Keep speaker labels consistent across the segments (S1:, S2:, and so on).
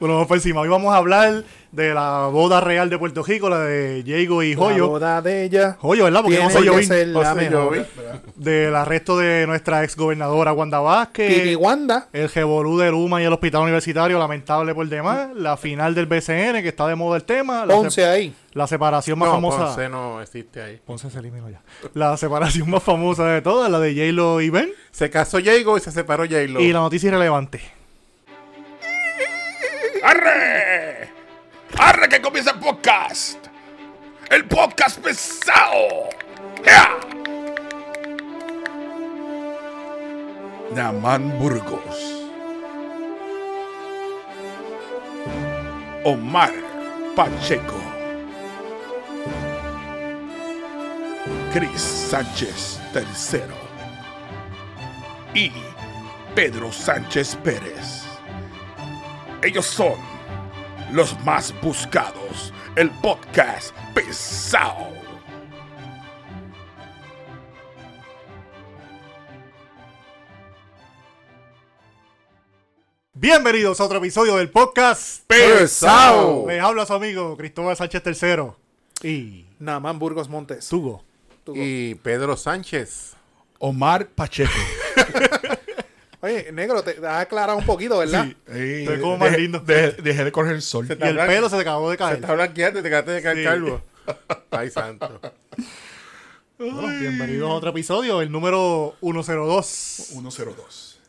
S1: Bueno, vamos por encima. Hoy vamos a hablar de la boda real de Puerto Rico, la de Diego y
S2: La
S1: Joyo.
S2: boda de ella.
S1: Joyo, ¿verdad? Porque
S2: tiene
S1: José
S2: que
S1: Jovín.
S2: ser la
S3: José
S2: mejor.
S3: Jovín.
S1: Del arresto de nuestra ex gobernadora Wanda
S2: Kiki
S3: Eh,
S1: Vázquez.
S2: Wanda.
S1: El Geború de Luma y el Hospital Universitario, lamentable por demás. La final del BCN, que está de moda el tema. La,
S2: Ponce
S1: se-
S2: ahí.
S1: la separación más
S3: No,
S1: famosa.
S3: Ponce no existe ahí.
S1: Ponce se eliminó ya. La separación más famosa de todas, la de J-Lo y Ben.
S3: Se casó Jago y se separó J-Lo.
S1: Y la noticia irrelevante.
S4: ¡Arre! ¡Arre que comienza el podcast! ¡El podcast pesado! ¡Ya! Namán Burgos. Omar Pacheco. Cris Sánchez tercero. Y Pedro Sánchez Pérez. Ellos son los más buscados. El podcast pesado.
S1: Bienvenidos a otro episodio del podcast.
S3: Pesado.
S1: Les habla su amigo Cristóbal Sánchez III. Y
S2: Namán Burgos Montes.
S1: Tugo.
S3: Y Pedro Sánchez.
S4: Omar Pacheco.
S2: Oye, negro, te te has aclarado un poquito, ¿verdad?
S1: Estoy como más lindo.
S4: Dejé, dejé de correr el sol.
S1: Y el pelo se te acabó de
S3: Se
S1: caer.
S3: está blanqueando y te quedaste de caer
S1: Sí.
S3: calvo. Ay, santo.
S1: Bueno, bienvenidos a otro episodio, el número 102.
S4: 102.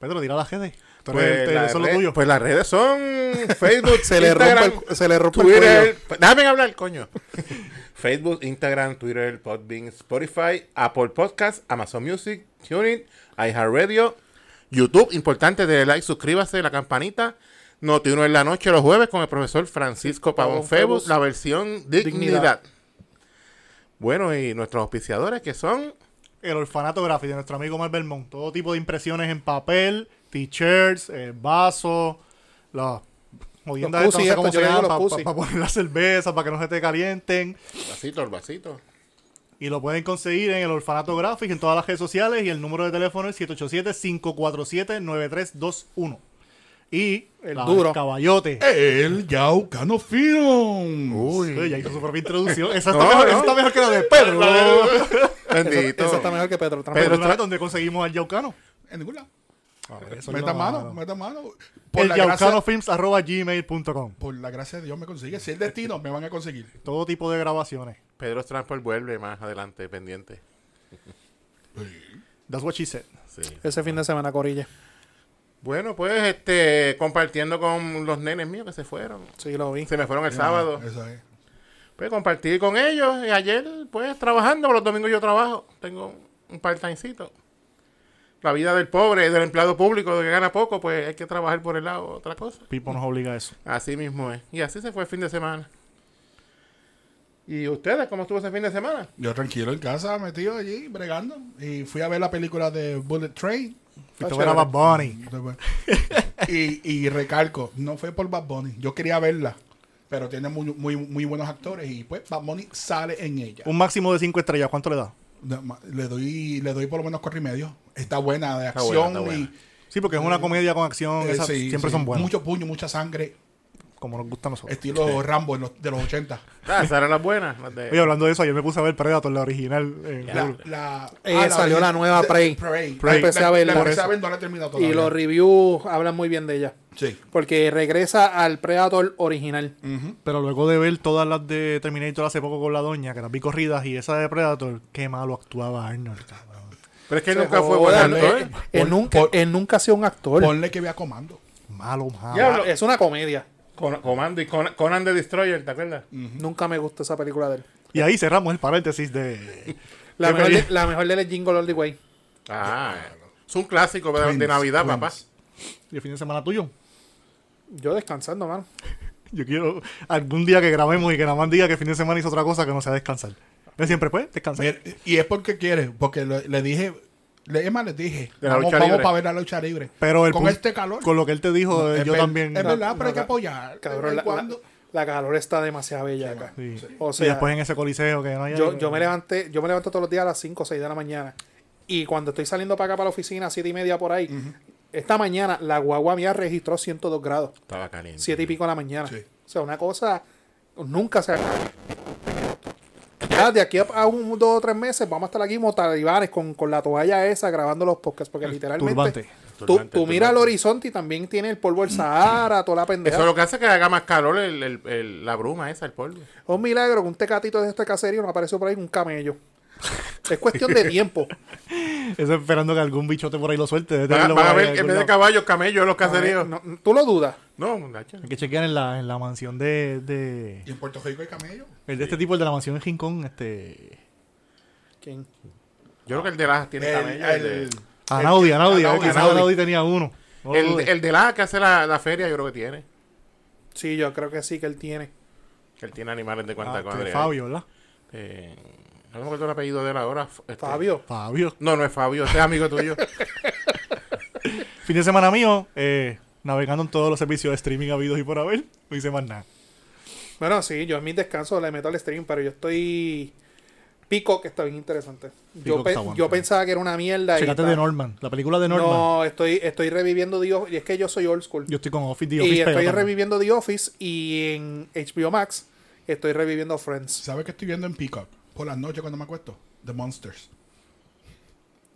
S1: Pedro, tira la GD. Tú eres el-
S3: Pues,
S1: te- eso
S3: la
S1: es lo
S3: red-
S1: tuyo.
S3: pues las redes son Facebook,
S2: Se le
S3: Instagram,
S2: rompe el- se le rompe el
S3: Twitter. Pues, Déjame hablar, coño. Facebook, Instagram, Twitter, Podbean, Spotify, Apple Podcasts, Amazon Music, TuneIn, iHeartRadio, YouTube. Importante, de like, suscríbase, la campanita. Noti uno en la noche los jueves con el profesor Francisco Pavón
S2: Pavón
S3: Febus,
S2: Febus.
S3: la versión
S2: Dignidad.
S3: dignidad. Bueno, y nuestros auspiciadores que son
S1: El orfanato gráfico de nuestro amigo Mar Belmont. Todo tipo de impresiones en papel, t-shirts, eh, vasos, las jodiendas
S2: Los
S1: estas, no sé
S2: pussies,
S1: cómo
S2: estos,
S1: se
S2: yo le digo
S1: llaman,
S2: los
S1: para
S2: pussies.
S1: poner la cerveza, para que no se te calienten.
S3: Vasito, el vasito.
S1: Y lo pueden conseguir en el Orfanato Graphic, en todas las redes sociales y el número de teléfono es 787-547-9321. Y el
S2: duro.
S1: caballote.
S4: El Yaucano Film.
S1: Uy, ya hizo su propia introducción. Esa está,
S3: No,
S1: mejor,
S3: no.
S1: esa está mejor que la de Pedro.
S3: Bendito.
S2: Eso está mejor que Pedro. Tran-
S3: Pedro.
S1: Pero
S3: está-
S1: ¿dónde conseguimos al Yaucano?
S4: En ningún lado.
S1: eso
S4: Meta
S1: no,
S4: mano,
S1: no.
S4: meta mano. Por
S1: El
S4: la, gracia,
S1: yaucanofilms.gmail.com
S4: por la gracia de Dios me consigue. Si es destino, me van a conseguir.
S1: Todo tipo de grabaciones.
S3: Pedro Transport vuelve más adelante, pendiente.
S1: That's what she said.
S3: Sí.
S2: Ese fin de semana, Corilla.
S3: Bueno, pues este compartiendo con los nenes míos que se fueron.
S2: Sí, lo vi.
S3: Se me fueron el sábado.
S4: Eso es.
S3: Pues compartí con ellos y ayer pues trabajando, por los domingos yo trabajo. Tengo un part-timecito. La vida del pobre, del empleado público, de que gana poco, pues hay que trabajar por el lado, otra cosa.
S1: Pipo nos obliga a eso.
S3: Así mismo es. Y así se fue el fin de semana. ¿Y ustedes cómo estuvo ese fin de semana?
S4: Yo tranquilo en casa, metido allí, bregando. Y fui a ver la película de Bullet Train.
S1: Fuiste a ver a Bad Bunny.
S4: y, y recalco, no fue por Bad Bunny. Yo quería verla, pero tiene muy, muy, muy buenos actores y pues Bad Bunny sale en ella.
S1: Un máximo de 5 estrellas, ¿cuánto le da?
S4: No, ma- Le doy, le doy por lo menos cuatro y medio. Está buena de
S3: Está buena,
S4: acción
S3: está buena.
S4: y
S1: Sí, porque es una comedia con acción.
S4: eh,
S1: Esas
S4: sí,
S1: siempre
S4: sí.
S1: son buenas.
S4: Mucho puño, mucha sangre,
S1: Como nos gusta a nosotros.
S4: estilo Rambo en los- de los 80.
S3: Ah, esas eran las buenas. las de-
S1: Oye, hablando de eso, ayer me puse a ver Predator, la original. en
S4: La,
S1: Hulu.
S4: la-
S2: Eh, salió la nueva
S4: de-
S2: Prey.
S4: Prey.
S2: Prey. Empecé a
S4: La-
S2: verla.
S4: La
S2: Por
S4: empecé a
S2: eso.
S4: ver, no la he terminado todavía.
S2: Y los reviews hablan muy bien de ella.
S4: Sí.
S2: Porque regresa al Predator original.
S1: Pero luego de ver todas las de Terminator hace poco con la doña, que las vi corridas, y esa de Predator, qué malo actuaba Arnold, cabrón.
S3: Pero es que él
S2: Se
S3: nunca fue buen
S2: jodan,
S3: actor.
S2: eh. Él
S4: Por-
S2: nunca,
S4: por-
S2: él nunca ha sido un actor.
S4: Ponle que vea comando.
S1: Malo, malo.
S3: Ya. Diablo.
S2: Es una comedia.
S3: Con- Comando y Con- Conan the Destroyer, ¿te acuerdas?
S2: Nunca me gustó esa película de él.
S1: Y ahí cerramos el paréntesis de...
S2: La
S3: ¿Qué
S2: mejor,
S3: peli-
S2: de, la mejor de él es Jingle All the Way.
S3: Ah, es un clásico de, de
S4: Twins,
S3: Navidad,
S4: Twins.
S3: papá.
S1: de fin de semana tuyo.
S2: Yo descansando, mano.
S1: Yo quiero algún día que grabemos y que nada más diga que fin de semana hizo otra cosa que no sea descansar. Pero siempre pues, descansar.
S4: Mira, y es porque quiere, porque le, le dije, le, es más, les dije,
S3: De la
S4: vamos,
S3: lucha libre.
S4: para ver la lucha libre.
S1: Pero el
S4: con
S1: pun-
S4: este calor,
S1: Con lo que él te dijo, eh,
S4: es
S1: yo
S4: ver-
S1: también...
S4: es verdad, pero hay que
S2: ca-
S4: apoyar.
S2: Cabrón, la, la,
S4: cuando,
S2: la calor está demasiado bella acá.
S1: Sí.
S2: O
S1: y
S2: sea,
S1: después en ese coliseo que no hay...
S2: yo, yo me levanté, yo me levanto todos los días a las 5 o 6 de la mañana. Y cuando estoy saliendo para acá para la oficina, a 7 y media por ahí, Esta mañana la guagua mía registró 102 grados.
S3: Estaba caliente.
S2: Siete y pico de la mañana.
S4: Sí.
S2: O sea, una cosa nunca se acaba. Ya de aquí a- a un, dos o tres meses vamos a estar aquí como talibanes con, con la toalla esa grabando los podcasts. Porque literalmente.
S1: turbante.
S2: Tú,
S3: Turbante,
S2: tú miras el
S3: turbante.
S2: horizonte y también tiene el polvo del Sahara, toda la pendeja.
S3: Eso lo que hace es que haga más calor el- el- el- la bruma esa, el polvo.
S2: Es un milagro que un tecatito de este caserío no apareció por ahí con un camello. Es cuestión de tiempo.
S1: Eso esperando que algún bichote por ahí lo suelte. debe
S3: Van,
S1: tenerlo
S3: van a
S1: por ahí
S3: ver que en
S1: algún
S3: vez
S1: lado.
S3: de caballos, camellos en los caseríos.
S2: No, no, tú lo dudas.
S3: No, muchacha.
S1: Hay que chequear en la, en la mansión de, de-
S4: Y en Puerto Rico hay camello.
S1: El de este tipo, el de la mansión en Rincón, este...
S2: ¿Quién?
S3: Yo creo que el de las tiene camello. El,
S4: el-
S3: de-
S1: Anaudi, Anaudi. eh,
S3: Anaudi,
S1: Quizás
S3: Anaudi.
S1: Anaudi tenía uno. No lo
S3: el-
S1: dudes.
S3: el de las que hace la, la feria, yo creo que tiene.
S2: Sí, yo creo que sí que él tiene.
S3: Que él tiene animales de cuanta
S1: Ah, este,
S3: madre.
S1: Fabio, ¿verdad?
S3: Eh, no me acuerdo el apellido de él ahora. F- este-
S2: Fabio.
S1: Fabio.
S3: No, no es Fabio, ese es amigo tuyo.
S1: Fin de semana mío, eh, navegando en todos los servicios de streaming habidos y por haber. No hice más nada.
S2: Bueno, sí, yo en mis descansos le meto al stream, pero yo estoy. Pico, que está bien interesante. Yo,
S1: Peacock
S2: pe-
S1: está bueno,
S2: yo
S1: sí.
S2: pensaba que era una mierda. y
S1: Checate
S2: está-
S1: de Norman. La película de Norman.
S2: No, estoy, estoy reviviendo The Office. Y es que yo soy old school.
S1: Yo estoy con Office, The Office
S2: y
S1: pegado
S2: estoy
S1: también.
S2: reviviendo The Office y en HBO Max estoy reviviendo Friends.
S4: ¿Sabes qué estoy viendo en Peacock? Por las noches cuando me acuesto. The Monsters.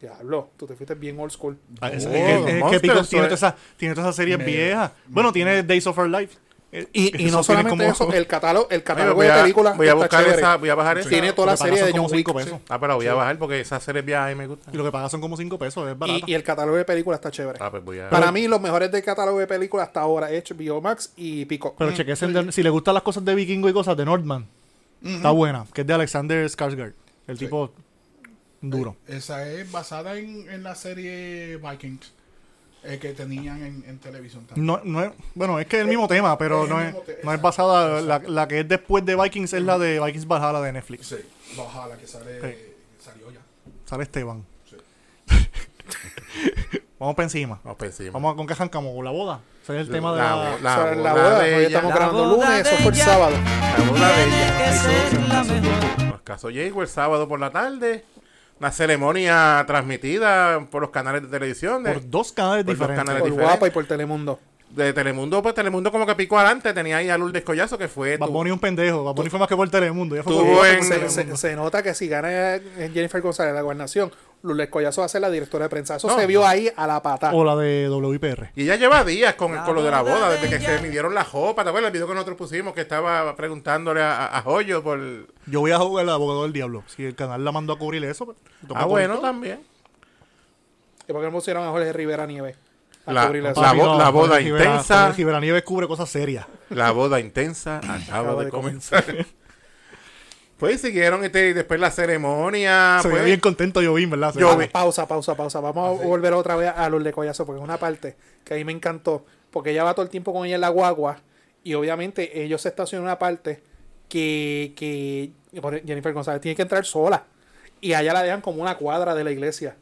S2: Diablo, tú te fuiste bien old school.
S1: Ah, es,
S3: Oh,
S1: es- es- es que
S3: Monsters,
S1: Peacock tiene
S3: eso
S1: todas
S3: es.
S1: esas tiene todas esas series
S4: Me-
S1: viejas. Bueno, tiene Days of Our Life. Eh,
S2: Y, y
S1: eso
S2: no
S1: tiene
S2: solamente
S1: como-
S2: eso, el catálogo, el
S3: Oye,
S2: catálogo
S3: voy,
S2: de
S3: a,
S2: películas
S3: voy a
S2: está
S3: buscar
S2: chévere.
S3: esa, voy a bajar esa.
S2: Tiene toda
S1: Lo
S2: la
S1: que paga
S2: serie de
S1: son
S2: John
S1: como
S2: Wick.
S1: cinco pesos.
S3: Ah, pero la voy a bajar porque esas series viejas a mí me gustan.
S1: Y lo que pagas son como 5 pesos, es barato.
S2: Y, y el catálogo de películas está chévere.
S3: Ah, pues voy a.
S2: Para mí, los mejores del catálogo de películas hasta ahora es HBO Max y Peacock.
S1: Pero
S2: Mm.
S1: chequense en The- si le gustan las cosas de vikingo y cosas de Nordman, está buena, que es de Alexander Skarsgård. El tipo duro.
S4: Esa es basada en, en la serie Vikings eh, que tenían en, en televisión también.
S1: No, no es, bueno, es que es el mismo tema, pero
S4: es el
S1: no, es,
S4: mismo te-
S1: no es
S4: exacto,
S1: basada. La, la que es después de Vikings es la de Vikings Valhalla de Netflix.
S4: Sí, Bajala que sale,
S1: Sí.
S4: salió ya.
S1: Sale Esteban.
S4: Sí.
S1: Vamos para encima.
S3: Vamos por encima.
S1: Vamos a con qué arrancamos, con la boda. Ese es el tema de la,
S3: Ah, pues La-
S2: O sea,
S3: la
S2: la
S3: boda
S2: boda,
S3: de
S2: hoy
S3: ella.
S2: estamos
S3: La
S2: grabando
S5: boda
S2: lunes, eso
S5: de
S2: fue el
S5: ella.
S2: sábado.
S3: La boda de
S5: Tiene
S3: ella.
S5: que ser la mejor.
S3: Nos casó Jago el sábado por la tarde. Una ceremonia transmitida por los canales de televisión. De,
S1: por dos canales
S3: Por dos
S1: diferentes.
S3: canales
S2: Por
S3: diferente.
S2: guapa y por Telemundo.
S3: de Telemundo, pues Telemundo como que picó adelante. Tenía ahí a Lourdes Collazo que fue.
S1: Bad
S3: tu-
S1: Bunny es un pendejo. Bad Bunny fue más que por Telemundo. Ya fue
S3: Tuvo
S1: por-
S3: en-
S2: Se, se- se nota que si gana Jennifer González la gobernación, Lourdes Collazo va a ser la directora de prensa. Eso
S3: No.
S2: se vio ahí a la pata.
S1: O la de WIPR.
S3: Y ella lleva días con, el- con lo de la
S5: La boda
S3: boda,
S5: de
S3: desde que
S5: ella.
S3: se midieron la jopa. ¿Te acuerdas el video que nosotros pusimos que estaba preguntándole a, a- a Joyo por.
S1: Yo voy a jugar el abogado del diablo. Si el canal la mandó a cubrir eso, pues, toca
S3: Ah,
S1: cubrir
S3: bueno,
S1: todo.
S3: también.
S2: ¿Y por qué no pusieron a Jorge Rivera Nieves? a
S3: La-
S2: cubrir
S3: la-
S2: eso?
S1: Papi,
S3: bo- la boda
S1: Jorge Rivera-
S3: intensa.
S1: Jorge Rivera Nieves cubre cosas serias.
S3: La boda intensa acaba de comenzar. pues siguieron este, y después la ceremonia.
S1: Se ve
S3: pues,
S1: bien contento Jovín, ¿verdad? Se
S3: Yo
S1: ve-
S3: vi-
S2: Pausa, pausa, pausa. Vamos a volver otra vez a Lourdes Collazo, porque es una parte que a mí me encantó. Porque ella va todo el tiempo con ella en la guagua. Y obviamente ellos se estacionan en una parte que, que por- Jennifer González tiene que entrar sola. Y allá la dejan como una cuadra de la iglesia.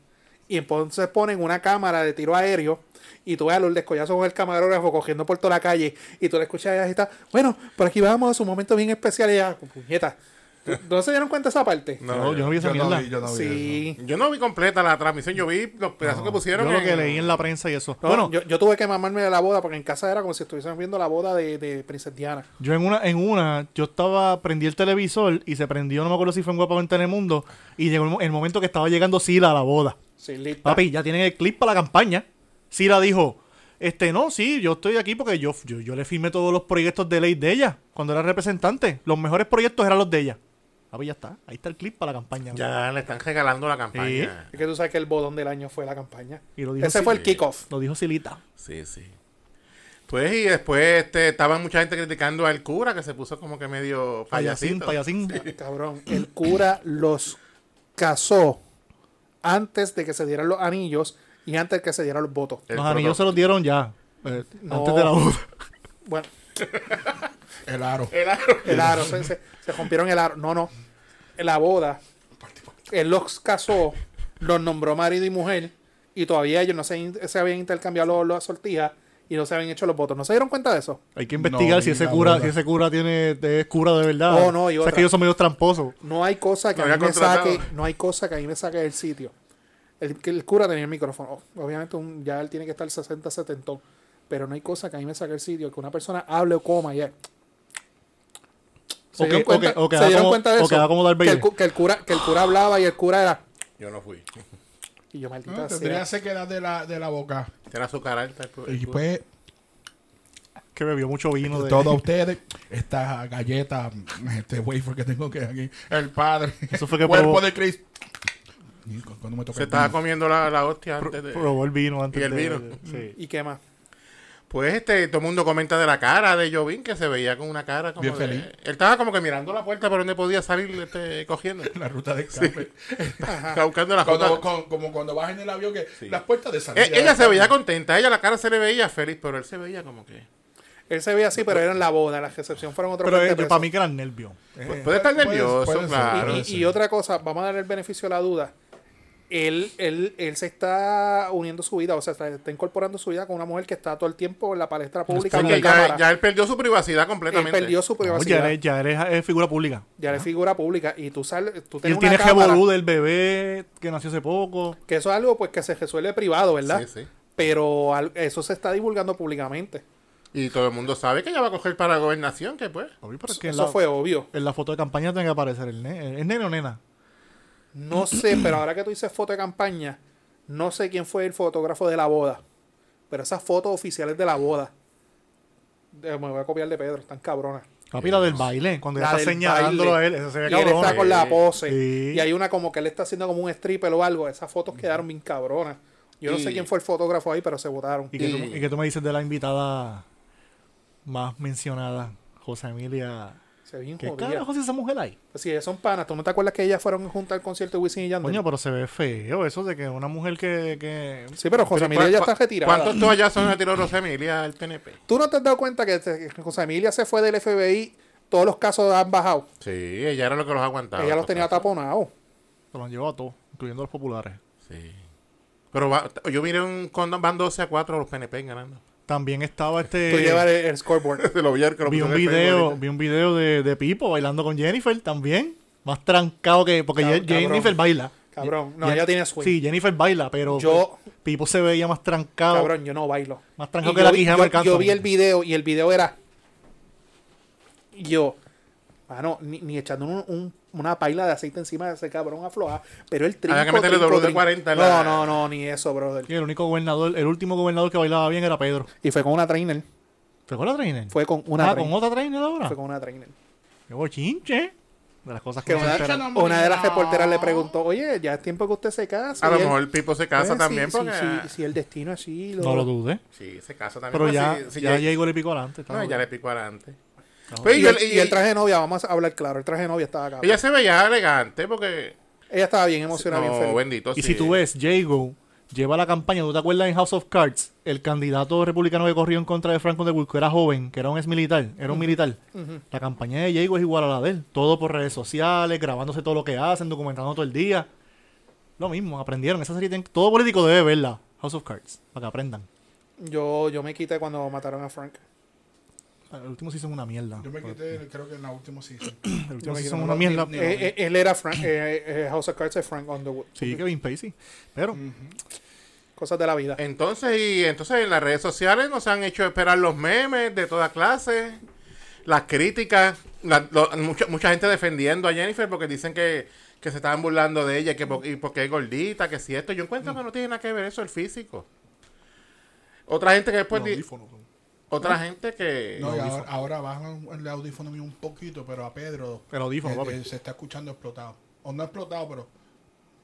S2: Y entonces ponen una cámara de tiro aéreo. Y tú ves a Lourdes Collazo con el camarógrafo cogiendo por toda la calle. Y tú la escuchas a ella está. Bueno, por aquí vamos a su momento bien especial. Y ella, puñeta. ¿No se dieron cuenta de esa parte?
S1: No,
S3: no,
S1: yo no vi esa
S4: Yo no
S1: mierda.
S4: vi, yo no vi eso.
S2: sí.
S3: Yo no vi completa la transmisión, yo vi los pedazos que pusieron.
S1: Yo lo
S3: en-
S1: que leí en la prensa y eso.
S2: No,
S1: bueno, yo,
S2: yo, yo tuve que mamarme de la boda porque en casa era como si estuviesen viendo la boda de, de Princesa Diana.
S1: en una, en una, yo estaba, prendí el televisor y se prendió, no me acuerdo si fue en Guapa o en Telemundo, y llegó el, mo- el momento que estaba llegando Sila a la boda.
S2: Sí, lista.
S1: Papi, ya tienen el clip para la campaña. Sila dijo, este, no, sí, yo estoy aquí porque yo, yo, yo le firmé todos los proyectos de ley de ella cuando era representante. Los mejores proyectos eran los de ella. Papi, ya está. Ahí está el clip para la campaña.
S3: Ya le están regalando la campaña.
S2: Es que tú sabes que el bodón del año fue la campaña.
S1: Y lo dijo
S2: Ese
S1: Sil-
S2: fue el kickoff.
S1: Lo dijo Silita.
S3: Sí, sí. Pues y después este, estaba mucha gente criticando al cura que se puso como que medio
S1: Payasín,
S3: payasito.
S1: payasín.
S2: Cabrón, el cura los casó antes de que se dieran los anillos y antes de que se dieran los votos.
S3: El
S1: Los anillos se los dieron ya. eh,
S2: No.
S1: Antes de la boda.
S2: Bueno,
S4: El aro.
S2: el aro, se, se- se rompieron el aro. No, no. En la boda, él los casó, los nombró marido y mujer, y todavía ellos no se, se habían intercambiado los- las sortijas y no se habían hecho los votos. ¿No se dieron cuenta de eso?
S1: Hay que
S4: No
S1: investigar
S4: vi
S1: si ese
S4: la
S1: cura,
S4: boda.
S1: si ese cura tiene, es cura de verdad.
S2: Oh, no, y
S1: O sea, es
S2: otra.
S1: que ellos son medio tramposos.
S2: No hay cosa que
S3: Lo
S2: a mí
S3: había
S2: me
S3: contratado.
S2: saque, no hay cosa que a mí me saque del sitio. El, el cura tenía el micrófono. Obviamente un- ya él tiene que estar 60, 70. Pero no hay cosa que a mí me saque el sitio. Que una persona hable o coma y él- Se
S1: O que-
S2: dieron
S1: o
S2: cuenta,
S1: que- o que
S2: se
S1: haga
S2: dieron
S1: como-
S2: cuenta de
S1: o
S2: eso.
S1: que haga como Darth
S2: que, el,
S1: Vader.
S2: cu- que el cura, que el cura hablaba y el cura era.
S3: Yo no fui.
S2: Y yo, maldita
S4: No,
S2: sea.
S4: Ah, tendría sequedad de la, de la boca.
S3: Tiene azúcar alta. el pu- el
S4: Y
S3: pu-
S4: pues,
S1: Que bebió mucho vino de
S4: todos ustedes, esta galleta, este wafer que tengo que aquí, el padre,
S1: Eso fue que
S4: cuerpo
S1: probó-
S4: de Cristo. Y cu- Cuando
S1: pues,
S4: me toca
S3: Se
S4: el
S3: estaba
S4: vino.
S3: comiendo la, la hostia antes de...
S1: Probó el vino antes
S3: Y el
S1: de-
S3: vino.
S1: de- sí. eh,
S2: ¿Y qué más?
S3: Pues este, todo el mundo comenta de la cara de Jovin, que se veía con una cara como
S4: Bien
S3: de-
S4: feliz.
S3: Él estaba como que mirando la puerta por donde podía salir este, cogiendo.
S4: la ruta de escape.
S3: Estaba buscando la
S4: Cuando-
S3: foto.
S4: con- como cuando vas en el avión que
S3: Sí.
S4: las puertas de salida.
S3: Eh, ella se veía contenta, ella la cara se le veía feliz, pero él se veía como que...
S2: Eh, Él se veía así, pero era en la boda. La recepción fueron otro
S1: Pero
S2: 20
S1: eh, yo,
S2: pesos.
S1: para mí que era nervio.
S4: Eh,
S3: puede estar
S4: puede-
S3: nervioso,
S4: puede ser,
S3: claro.
S4: puede
S2: Y-
S4: ser.
S2: Y, y otra cosa, vamos a dar el beneficio de la duda. Él, él, él se está uniendo su vida, o sea, está, está incorporando su vida con una mujer que está todo el tiempo en la palestra pública.
S3: Porque
S2: con cámara.
S3: ya, ya él perdió su privacidad
S2: él
S3: completamente.
S2: perdió su
S1: No, ya
S2: privacidad.
S1: eres, ya eres eh, figura pública.
S2: ya le figura pública. Y tú sales, tú
S1: Y
S2: tienes
S1: él
S2: una
S1: tiene
S2: cámara,
S1: revolú del bebé que nació hace poco.
S2: Que eso es algo pues que se resuelve privado, ¿verdad?
S3: Sí, sí.
S2: Pero al- eso se está divulgando públicamente.
S3: Y todo el mundo sabe que ella va a coger para gobernación, que pues...
S1: Papi, pero es que en
S2: Eso
S1: la-
S2: fue obvio.
S1: En la foto de campaña tiene que aparecer el nene. ¿Es nene o nena?
S2: No sé, pero ahora que tú dices foto de campaña, no sé quién fue el fotógrafo de la boda. Pero esas fotos oficiales de la boda. eh, me voy a copiar de Pedro, están cabronas.
S1: Papi, la del baile. Cuando ya
S2: La
S1: está
S2: del
S1: señalándolo
S2: baile.
S1: a él. Esa se ve
S2: Y él
S1: cabrona.
S2: está con la
S3: Sí.
S2: pose.
S1: Sí.
S2: Y hay una como que él está haciendo como un stripper o algo. Esas fotos quedaron bien cabronas. Yo no
S3: Y-
S2: sé quién fue el fotógrafo ahí, pero se votaron.
S1: ¿Y, que tú,
S3: Y-
S1: y que tú me dices de la invitada más mencionada, José Emilia.
S2: Se bien
S1: ¿Qué
S2: jodida.
S1: carajo es esa mujer ahí?
S2: Si ellas son panas, ¿tú no te acuerdas que ellas fueron juntas al concierto de Wisin y Yandel?
S1: Coño, pues, pero se ve feo eso de que una mujer que... que-
S2: sí, pero José Emilia ya está retirada.
S3: ¿Cuántos toallas son retirados Rosa Emilia al TNP?
S2: ¿Tú no te has dado cuenta que este- que José Emilia se fue del FBI? Todos los casos han bajado.
S3: Sí, ella era lo que los aguantaba.
S2: Ella los tenía taponados.
S1: Se lo han llevado a todos, incluyendo a los populares.
S3: Sí. Pero va- yo miré un condón, van 12 a 4 los PNP ganando.
S1: También estaba
S2: Tú llevas
S1: este...
S2: el, el scoreboard.
S3: Se lo vi al que lo
S1: Vi
S3: puso
S1: un
S3: en el Facebook
S1: video,
S3: ahorita.
S1: vi un video de, de Pipo bailando con Jennifer también. Más trancado que... Porque
S2: Cab-
S1: Je- Jennifer
S2: cabrón.
S1: baila.
S2: Cabrón. No,
S1: Jen-
S2: ella tiene swing.
S1: Sí, Jennifer baila, pero pues,
S2: Yo-
S1: Pipo se veía más trancado.
S2: Cabrón, yo no bailo.
S1: Más tranquilo
S2: Y
S1: que
S2: yo
S1: la
S2: vi-
S1: quija de
S2: yo-
S1: Marc
S2: Yo vi
S1: Anthony.
S2: el video y el video era. Yo. Mano, ni, ni echando un- un- una paila de aceite encima de ese cabrón afloja. Pero el trinco.
S3: Había que meterle
S2: trinco,
S3: doble de
S2: trinco.
S3: 40 en
S2: No,
S3: la-
S2: no, no, ni eso, brother.
S1: Y el único gobernador, el último gobernador que bailaba bien era Pedro.
S2: Y fue con una trainer.
S1: ¿Fue con la trainer?
S2: Fue con una
S1: ah, con
S2: trainer.
S1: otra trainer ahora.
S2: Fue con una trainer.
S1: Qué bochinche. De las cosas que
S2: Que
S1: no se
S2: una,
S1: esperan.
S2: una de las reporteras le preguntó, oye, ya es tiempo que usted se casa.
S3: A lo
S2: Y él,
S3: mejor Pipo se
S2: "Pues,
S3: casa
S2: si-
S3: también
S2: si-
S3: porque... ah,
S2: Si, si el destino así lo...
S1: No lo dudes.
S3: Sí, se casa también.
S1: Pero
S3: pues,
S1: ya,
S3: sí, sí,
S1: ya llegó le picó adelante. está
S3: no,
S1: bien.
S3: ya le picó adelante.
S1: Está
S3: Pues,
S2: y,
S3: yo-
S2: el, y el
S3: y-
S2: traje de novia, vamos a hablar claro, el traje de novia estaba acá. Ella,
S3: Ella se veía elegante porque...
S2: estaba bien emocionada,
S3: no,
S2: bien feliz.
S3: bendito,
S1: Y
S3: sí.
S1: si tú ves, Jago lleva la campaña. ¿Tú te acuerdas en House of Cards? El candidato republicano que corrió en contra de Franklin DeWitt, que era joven, que era un ex militar, era un militar. La campaña de Jago es igual a la de él. Todo por redes sociales, grabándose todo lo que hacen, documentando todo el día. Lo mismo, aprendieron. Esa serie, tiene- todo político debe verla. House of Cards, para que aprendan.
S2: Yo, yo me quité cuando mataron a Frank.
S1: El último season es una mierda.
S4: Yo me quité, creo que en la última season.
S1: El
S2: yo
S1: último
S2: me
S1: season es
S2: quité
S1: una mierda.
S4: ni-
S2: Eh, eh, él era Frank, eh, eh, House of Cards es Frank Underwood.
S1: Sí, Kevin Pacey. Pero,
S2: Cosas de la vida.
S1: Eh,
S3: Entonces, y entonces en las redes sociales nos han hecho esperar los memes de toda clase, las críticas, la- lo- mucha, mucha gente defendiendo a Jennifer porque dicen que, que se estaban burlando de ella que por- y porque es gordita, que si esto. Yo encuentro que no tiene nada que ver eso, el físico. Otra gente que después...
S1: No,
S3: Pues di-
S1: audífono, no.
S3: otra gente que...
S4: No, y ahora, ahora baja el audífono mío un poquito, pero a Pedro
S1: El audífono,
S4: eh,
S1: papi.
S4: eh, se está escuchando explotado. O no explotado, pero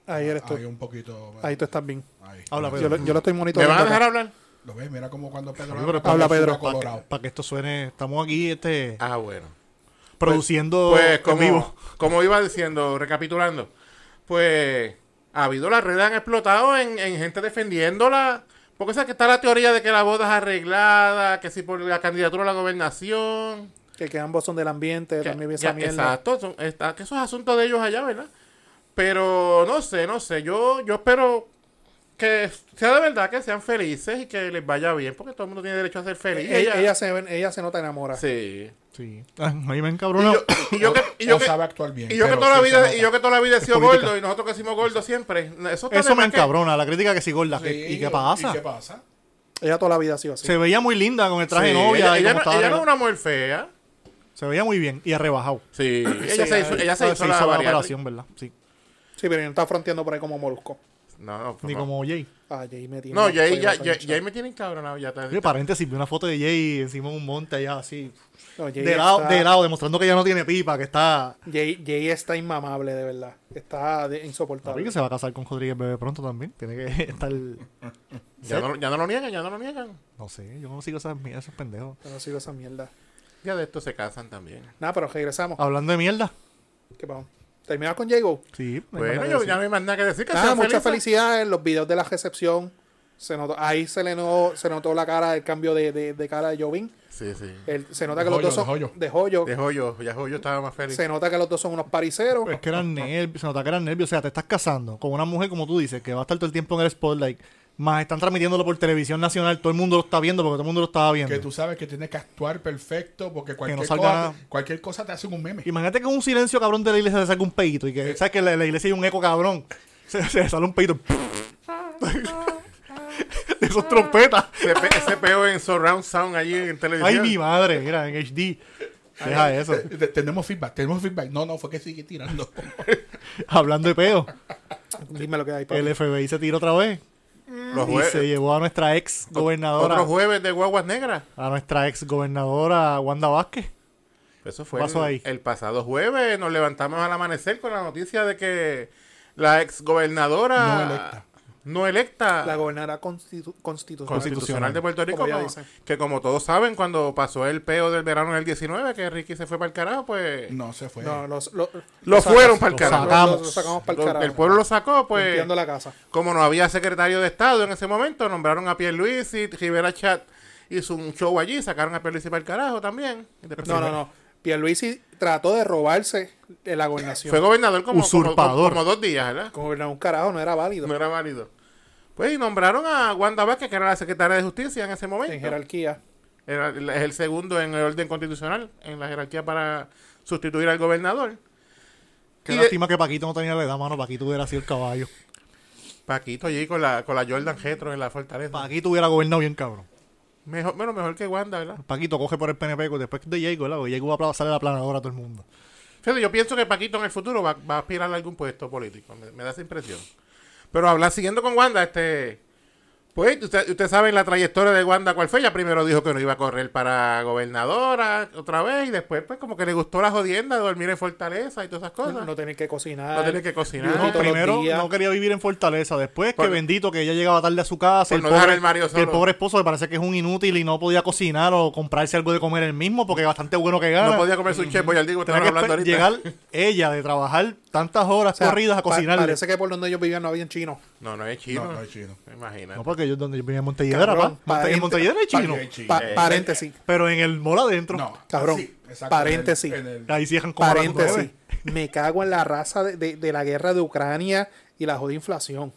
S2: Ahí eres tú.
S1: ah,
S4: ahí un poquito.
S2: Ahí tú estás bien.
S4: ahí.
S1: Habla,
S2: Yo,
S1: Pedro.
S2: lo- yo lo estoy
S3: ¿Me
S2: monitoreando.
S3: van a dejar
S2: acá.
S3: hablar?
S4: Lo ves, mira como cuando Pedro
S1: Amigo, pero
S2: habla,
S4: se
S2: Pedro.
S4: va
S1: Para
S4: colorado.
S1: que, pa' que esto suene, estamos aquí este,
S3: Ah, bueno.
S1: produciendo
S3: Pues
S1: en vivo.
S3: como, como iba diciendo, recapitulando, pues ha habido las redes han explotado en, en gente defendiéndola. Porque sabes que está la teoría de que la boda es arreglada, que si por la candidatura a la gobernación.
S2: Que, que ambos son del ambiente,
S3: que-
S2: también vi
S3: que-
S2: esa mierda.
S3: exacto, son- está- que eso es asunto de ellos allá, ¿verdad? Pero no sé, no sé. Yo, yo espero que sea de verdad, que sean felices y que les vaya bien, porque todo el mundo tiene derecho a ser feliz.
S2: E-, Ella, Eh, ella se, ven- ella se nota enamorada.
S3: Sí.
S1: Sí. A mí me
S3: Y
S1: encabronó.
S3: yo, y yo que, y yo
S4: o
S3: que-
S4: sabe actuar bien.
S3: y yo que
S4: pero
S3: toda la
S4: sí se
S3: vida,
S4: nota.
S3: y yo que toda la vida he sido
S1: política.
S3: gordo y nosotros que hicimos gordo siempre. Eso, está
S1: Eso
S3: de
S1: me
S3: más que-
S1: encabrona, la crítica que sí gorda. que-
S4: Sí,
S1: ¿Y qué pasa?
S4: ¿Y qué pasa?
S2: Ella toda la vida ha sido así.
S1: Se veía muy linda con el traje de
S3: Sí,
S1: novia.
S3: ella,
S1: y
S3: ella
S1: como
S3: no,
S1: estaba
S3: ella no
S1: arreglada.
S3: es una mujer fea.
S1: Se veía muy bien y arrebajado.
S3: Sí, ella se hizo, ella se hizo la, bariátrica.
S1: operación, ¿verdad? Sí.
S2: Sí, pero no está fronteando por ahí como Molusco.
S3: No, no,
S1: Ni
S3: no.
S1: como Jay.
S2: Ah, Jay me tiene.
S3: No, ya,
S2: estoy
S3: ya,
S2: loco,
S3: ya,
S2: chaval.
S3: ya ahí me tienen cabronado. Ya está-
S1: Oye, paréntesis, vi una foto de Jay encima de un monte allá así.
S2: No, Jay
S1: De lado,
S2: está-
S1: de lado, demostrando que ya no tiene pipa, que está.
S2: Jay, Jay está inmamable, de verdad. Está de-
S1: Papi,
S2: insoportable.
S1: que se va a casar con Rodríguez Bebé pronto también. Tiene que estar. No
S3: ya, no, ya no lo niegan, ya no lo niegan.
S1: sé, yo no sigo esas, mier- esos pendejos.
S2: Yo no sigo esa mierda.
S3: Ya de esto se casan también.
S2: Nada, pero regresamos.
S3: Ah.
S1: Hablando de mierda.
S2: ¿Qué pasó? ¿Terminamos con Jago?
S1: Sí, Ah, me
S3: Bueno,
S1: encanta
S3: yo
S1: decir.
S3: ya no hay más nada que decir. Que
S2: Nada,
S3: sean
S2: muchas
S3: felices.
S2: felicidades. Los videos de la recepción. Se notó, ahí se le no- se notó la cara, el cambio de, de- de cara de Jovin.
S3: Sí, sí.
S2: Él- se nota
S4: De
S2: que los
S4: joyo,
S2: dos son
S4: de joyo.
S2: de joyo.
S3: De joyo, ya joyo Pues, estaba más feliz.
S2: Se nota que los dos son unos pariceros.
S1: Es que eran nervios, se nota que eran nervios. O sea, te estás casando con una mujer, como tú dices, que va a estar todo el tiempo en el spotlight. Más están transmitiéndolo por televisión nacional. Todo el mundo lo está viendo porque todo el mundo lo estaba viendo.
S4: Que tú sabes que tienes que actuar perfecto porque cualquier,
S1: salga
S4: cosa,
S1: nada.
S4: cualquier cosa te hacen un meme.
S1: Imagínate que un silencio cabrón de la iglesia se saca un peito y
S4: Eh.
S1: que, ¿sabes? Que la, la iglesia hay un eco cabrón. Se, se sale un peito. de esos trompetas.
S3: Ese, pe- ese peo en Surround Sound allí en
S1: Ay,
S3: televisión.
S1: mi madre, mira, en HD. Deja eso.
S4: Te- Tenemos feedback, tenemos feedback. No, no, fue que sigue tirando.
S1: Hablando de peo,
S2: Dime lo que hay, papi.
S1: el FBI se tiró otra vez
S3: Los
S1: y se
S3: jueves,
S1: llevó a nuestra ex gobernadora,
S3: otro jueves de Guaguas Negras.
S1: a nuestra ex gobernadora Wanda Vázquez.
S3: Eso fue
S1: Pasó
S3: el,
S1: ahí.
S3: el pasado jueves. Nos levantamos al amanecer con la noticia de que la exgobernadora
S4: No electa.
S3: no electa
S2: La gobernadora constitu- constitucional.
S3: constitucional de Puerto Rico,
S2: Como ya
S3: como-
S2: dicen.
S3: que como todos saben, cuando pasó el peo del verano del 19, que Ricky se fue para el carajo, pues
S4: No se fue.
S2: No, los, lo-
S3: Lo
S2: lo
S3: fueron
S2: sacas-
S3: pa'l
S2: lo
S3: carajo.
S2: sacamos- Lo, sacamos para el
S3: lo-
S2: carajo.
S3: el pueblo lo sacó, pues
S2: Limpiando la casa.
S3: como no había secretario de Estado en ese momento, nombraron a Pierluisi, Rivera Chat hizo un show allí, sacaron a Pierluisi para el carajo también. Y después-
S2: No, no, no. Pierluisi trató de robarse de la gobernación.
S3: Fue gobernador como, como-
S1: Usurpador.
S3: como- como dos días, ¿verdad?
S2: Como gobernar un carajo, no era válido
S3: No era válido. Pues y nombraron a Wanda Vázquez, que era la secretaria de Justicia en ese momento.
S2: en jerarquía.
S3: Era- es el segundo en el orden constitucional, en la jerarquía para sustituir al gobernador.
S1: Qué
S3: Y de-
S1: lástima que Paquito no tenía la edad, mano. Paquito hubiera sido el caballo.
S3: Paquito allí con la, con la Jordan Getro en la fortaleza.
S1: Paquito hubiera gobernado bien, cabrón.
S3: Mejor, bueno, mejor que Wanda, ¿verdad?
S1: Paquito coge por el PNP co- después de Jacob, ¿verdad? Porque Jacob va a pla- salir a la planadora a todo el mundo.
S3: Fíjate, yo pienso que Paquito en el futuro va, va a aspirar a algún puesto político. Me, me da esa impresión. Pero hablar siguiendo con Wanda, este. Pues usted- ustedes saben la trayectoria de Wanda cuál fue. Ella primero dijo que no iba a correr para gobernadora otra vez y después, pues, como que le gustó la jodienda de dormir en Fortaleza y todas esas cosas.
S2: No, no tener que cocinar.
S3: No tener que cocinar.
S2: Dios,
S1: No,
S3: Todos los
S1: primero
S2: días.
S1: no quería vivir en Fortaleza. Después,
S3: Por-
S1: que bendito que ella llegaba tarde a su casa.
S3: Por no dejar el marido
S1: que el
S3: solo.
S1: pobre esposo me parece que es un inútil y no podía cocinar o comprarse algo de comer él mismo porque es bastante bueno que gana.
S3: No podía comer su chepo, ya digo,
S1: Tenía
S3: estaban
S1: que
S3: hablando
S1: esper-
S3: ahorita.
S1: llegar ella de trabajar tantas horas
S2: O sea,
S1: corridas a
S2: pa-
S1: cocinarle.
S2: parece que por donde ellos vivían no había chino.
S3: No, no es chino.
S4: No, no es chino.
S3: Imagina.
S1: No, porque yo donde yo vivía en Montelledra,
S2: Cabrón,
S1: pa. Monte-
S2: pariente-
S1: En Montelledra es chino.
S4: Paquito es chino.
S2: Pa-
S3: Eh,
S2: paréntesis.
S1: Pero en el mola adentro.
S4: No,
S2: Cabrón,
S4: exacto,
S2: paréntesis.
S4: en el- en el-
S1: Ahí cierran como
S2: Paréntesis.
S1: la
S2: Me cago en la raza de, de- de la guerra de Ucrania y la jodida inflación.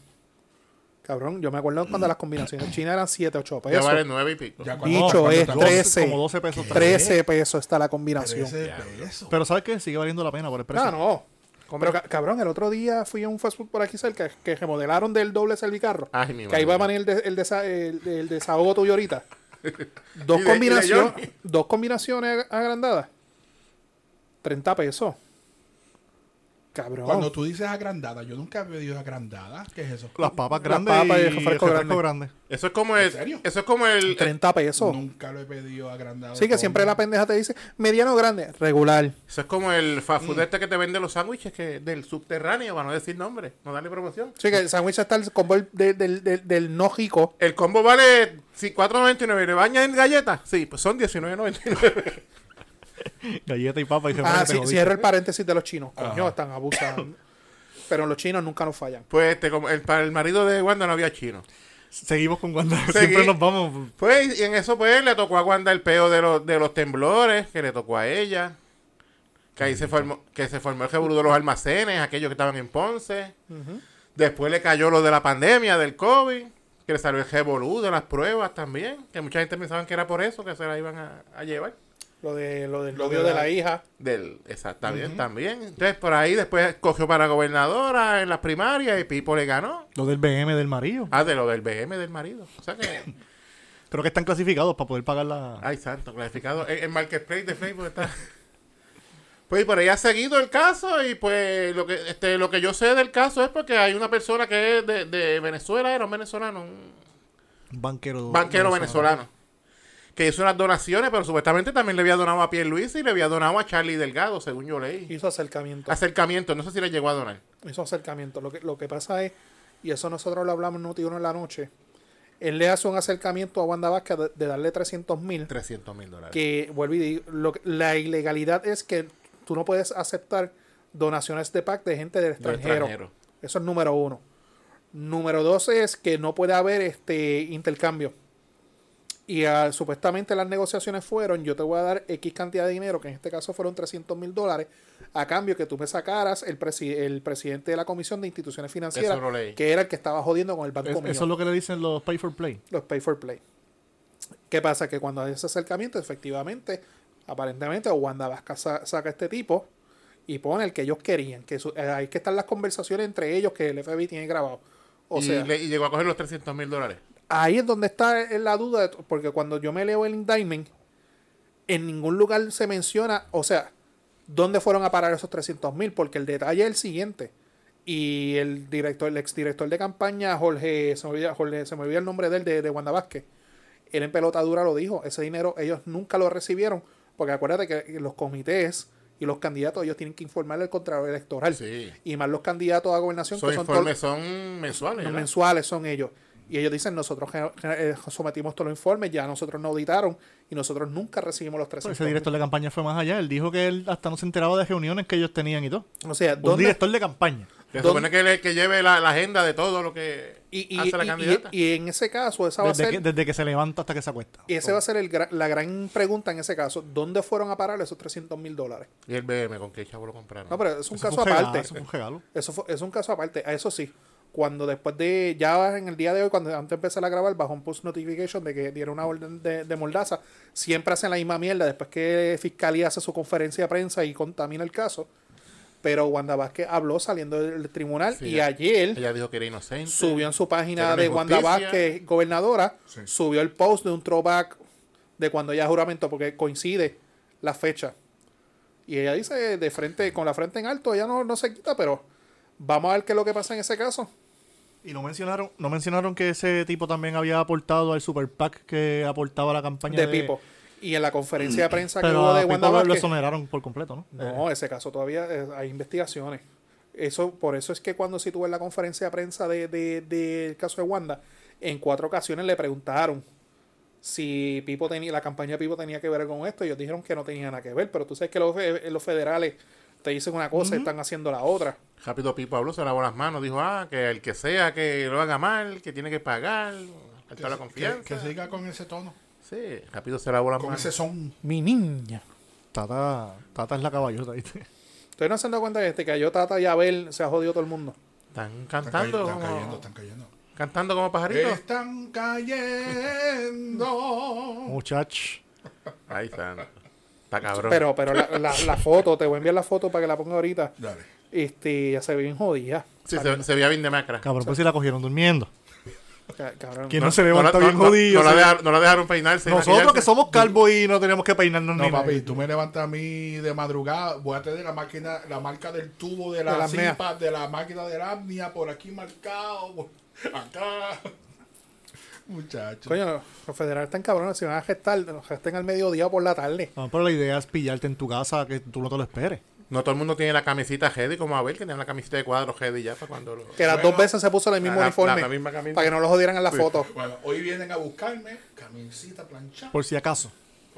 S2: Cabrón, yo me acuerdo cuando las combinaciones chinas eran 7, 8
S3: ya
S2: pesos.
S3: vale nueve y pico.
S4: ya cuando-
S2: Dicho
S4: cuando
S2: es
S4: estamos-
S2: 13.
S1: como 12 pesos.
S2: 13 pesos está la combinación.
S4: 13 pesos.
S1: Pero ¿sabes qué? Sigue valiendo la pena por el precio.
S2: Ah, No, no. Pero ca- cabrón, el otro día fui a un fast food por aquí cerca que remodelaron del doble servicarro.
S3: Ay, mi
S2: que ahí
S3: madre.
S2: va a venir el, des- el desa- el- el desahogo tuyo ahorita. Dos,
S3: Y de- y de
S2: combinación-
S3: Johnny.
S2: dos combinaciones ag- agrandadas. 30 pesos. Cabrón.
S4: Cuando tú dices agrandada, yo nunca he pedido agrandada. ¿Qué es eso?
S1: Las papas grandes
S2: papas y
S1: y
S2: el
S1: el
S2: refresco
S1: refresco
S2: grande.
S1: grande.
S3: Eso es como el.
S4: serio?
S3: Eso es como el.
S2: 30 pesos.
S4: Nunca lo he pedido agrandado.
S2: Sí, que siempre la pendeja te dice mediano o grande, regular.
S3: Eso es como el fast food este que te vende los sándwiches que del subterráneo, para no decir nombre, no darle promoción.
S2: Sí, que el sándwich está el combo del, del- del- del no rico.
S3: El combo vale sí, 4.99, ¿le va a añadir galletas? Sí, pues son 19.99.
S1: Galleta y papa y
S2: Ah,
S1: refresco,
S2: sí,
S1: jodiste.
S2: cierro el paréntesis de los chinos. Coño,
S4: Ajá.
S2: están abusando. Pero los chinos nunca nos fallan.
S3: pues este, como el, para el marido de Wanda no había chino.
S1: Seguimos con Wanda.
S3: Seguí.
S1: Siempre nos vamos.
S3: Pues y en eso pues le tocó a Wanda el peo de los, de los temblores, que le tocó a ella. Que ahí se formó, que se formó el revuelo de los almacenes, aquellos que estaban en Ponce. Después le cayó lo de la pandemia, del COVID, que le salió el revolú de las pruebas también, que mucha gente pensaba que era por eso que se la iban a, a llevar.
S2: Lo, de, lo del
S4: Lo
S2: novio
S4: de
S2: de
S4: la-
S2: la hija.
S3: Del, exacto, bien, también. Entonces, por ahí después cogió para gobernadora en las primarias y Pipo le ganó.
S1: Lo del BM del marido.
S3: Ah, de lo del BM del marido. O sea que,
S1: Creo que están clasificados para poder pagar
S2: Ah.
S1: la.
S3: ay, santo, clasificado. El, el marketplace de Facebook está. Pues y por ahí ha seguido el caso y pues lo que este lo que yo sé del caso es porque hay una persona que es de, de Venezuela, era un venezolano, un
S1: Banquero.
S3: banquero venezolano, que hizo unas donaciones, pero supuestamente también le había donado a Pierluisi y le había donado a Charlie Delgado, según yo leí.
S2: Hizo acercamiento.
S3: Acercamiento, no sé si le llegó a donar.
S2: hizo acercamiento. Lo que, lo que pasa es, y eso nosotros lo hablamos en Noti uno en la noche, él le hace un acercamiento a Wanda Vázquez de, de darle 300 mil,
S3: 300 mil dólares.
S2: que vuelvo y digo, lo que- la ilegalidad es que tú no puedes aceptar donaciones de PAC de gente del
S3: Del
S2: extranjero.
S3: extranjero.
S2: Eso es número uno. Número dos es que no puede haber este intercambio. Y ah, supuestamente las negociaciones fueron, yo te voy a dar X cantidad de dinero, que en este caso fueron 300 mil dólares, a cambio que tú me sacaras el, presi- el presidente de la Comisión de Instituciones Financieras,
S3: Eso lo leí.
S2: que era el que estaba jodiendo con el banco
S1: Es-
S2: mío,
S1: eso es lo que le dicen los pay for play.
S2: los Pay for Play. ¿Qué pasa? Que cuando hay ese acercamiento, efectivamente, aparentemente, Wanda Vázquez sa- saca a este tipo y pone el que ellos querían, que su- eh, ahí que están las conversaciones entre ellos que el FBI tiene grabado. O
S3: y,
S2: sea,
S3: le- y llegó a coger los 300 mil dólares.
S2: ahí es donde está la duda, de t- porque cuando yo me leo el indictment, en ningún lugar se menciona, o sea, dónde fueron a parar esos 300 mil, porque el detalle es el siguiente. Y el director, el exdirector de campaña, Jorge, se me olvida, Jorge- se me olvida el nombre de él, de, de Wanda Vázquez, él en pelota dura lo dijo, ese dinero ellos nunca lo recibieron, porque acuérdate que los comités y los candidatos, ellos tienen que informarle al contralor electoral.
S3: Sí.
S2: Y más los candidatos a gobernación,
S3: Esos
S2: que son todos-
S3: informes son mensuales.
S2: no,
S3: ¿verdad?
S2: mensuales son ellos. Y ellos dicen, nosotros gener- gener- eh, sometimos todos los informes, ya nosotros no auditaron y nosotros nunca recibimos los
S1: Pero
S2: 300.
S1: Pues, ese director de campaña fue más allá. Él dijo que él hasta no se enteraba de reuniones que ellos tenían y todo.
S2: O sea,
S1: Un
S2: ¿dónde?
S1: director de campaña.
S3: Se
S2: ¿Dónde-
S3: supone que, le- que lleve la, la agenda de todo lo que
S2: Y, y-
S3: hace la
S2: y-
S3: candidata.
S2: y- y en ese caso, esa va a
S1: Desde
S2: ser,
S1: que, desde que se levanta hasta que se acuesta.
S2: y ese va a ser el gra- la gran pregunta en ese caso, ¿dónde fueron a parar esos 300 mil dólares?
S3: Y el BM, ¿con qué chavo lo compraron?
S2: No, pero es un
S1: Eso
S2: caso
S1: fue regalo,
S2: aparte.
S1: Eso fue un regalo.
S2: Eso fue- es un caso aparte. A eso sí, cuando después de, ya en el día de hoy, cuando antes de empezar a grabar, bajó un post notification de que dieron una orden de, de moldaza. Siempre hacen la misma mierda después que Fiscalía hace su conferencia de prensa y contamina el caso. Pero Wanda Vázquez habló saliendo del tribunal
S3: Sí,
S2: y
S3: ya.
S2: ayer
S3: Ella dijo que era inocente.
S2: subió en su página
S3: Hicieron
S2: de Wanda
S3: injusticia.
S2: Vázquez, gobernadora,
S4: Sí.
S2: subió el post de un throwback de cuando ella juramento, porque coincide la fecha. Y ella dice de frente, con la frente en alto, ella no, no se quita, pero vamos a ver qué es lo que pasa en ese caso.
S1: Y no mencionaron, no mencionaron que ese tipo también había aportado al super PAC que aportaba la campaña
S2: de Pipo. Y en la conferencia de prensa que
S1: Pero
S2: hubo
S1: a
S2: de
S1: Pipo
S2: Wanda
S1: lo, lo
S2: Vázquez.
S1: exoneraron por completo, ¿no?
S2: No, ese caso todavía eh, hay investigaciones. Eso, por eso es que cuando sí tuve la conferencia de prensa de- de- del caso de Wanda, en cuatro ocasiones le preguntaron si Pipo tenía, la campaña de Pipo tenía que ver con esto. Ellos dijeron que no tenía nada que ver, pero tú sabes que los, fe- los federales te dicen una cosa y están haciendo la otra.
S3: Rápido Pipo habló, se lavó las manos, dijo, ah, que el que sea que lo haga mal, que tiene que pagar, falta la
S4: Que,
S3: confianza.
S4: que siga con ese tono,
S3: Sí, rápido se lavó las
S4: con
S3: manos.
S4: ese son.
S2: Mi niña.
S1: Tata, Tata es la caballota, ¿viste?
S2: Ustedes no se han dado cuenta que este cayó Tata y Abel, se ha jodido todo el mundo.
S3: Están
S4: Están
S3: cantando
S4: cayendo, están
S3: como,
S4: cayendo, están cayendo.
S3: cantando como pajaritos.
S2: Eh.
S4: Están cayendo.
S1: Muchach.
S3: Ahí están. Está cabrón.
S2: Pero, pero la, la- la foto, te voy a enviar la foto para que la ponga ahorita.
S4: Dale.
S2: Este, ya se ve bien jodida.
S3: sí, se, se veía bien de macra.
S1: Cabrón, pues si la cogieron durmiendo.
S2: Ca- cabrón.
S1: Que no, se levanta
S3: la-
S1: bien
S3: no-
S1: jodido.
S3: No, la
S1: se-
S3: dejaron, no la dejaron peinarse. y
S1: Nosotros
S3: maquillarse.
S1: que somos calvos y no tenemos que peinarnos ni
S4: No,
S1: nada.
S4: papi, tú me levantas a mí de madrugada. Voy a tener la máquina, la marca del tubo de
S2: De
S4: la
S2: las meas.
S4: cipa, de la máquina de la apnea por aquí marcado. por Acá. Muchachos.
S2: Coño, los federales están cabrones, si van a gestar, nos gesten al mediodía o por la tarde.
S1: No, pero la idea es pillarte en tu casa que tú no te lo esperes.
S3: No todo el mundo tiene la camisita Hedy como Abel, que tiene una camiseta de cuadro Hedy ya para cuando lo...
S2: Que las
S4: Bueno,
S2: dos veces se puso el mismo
S3: la- la-
S2: uniforme
S3: la misma camisa.
S2: para que no los jodieran en la foto.
S4: Bueno, hoy vienen a buscarme camisita planchada, por,
S1: Por si acaso.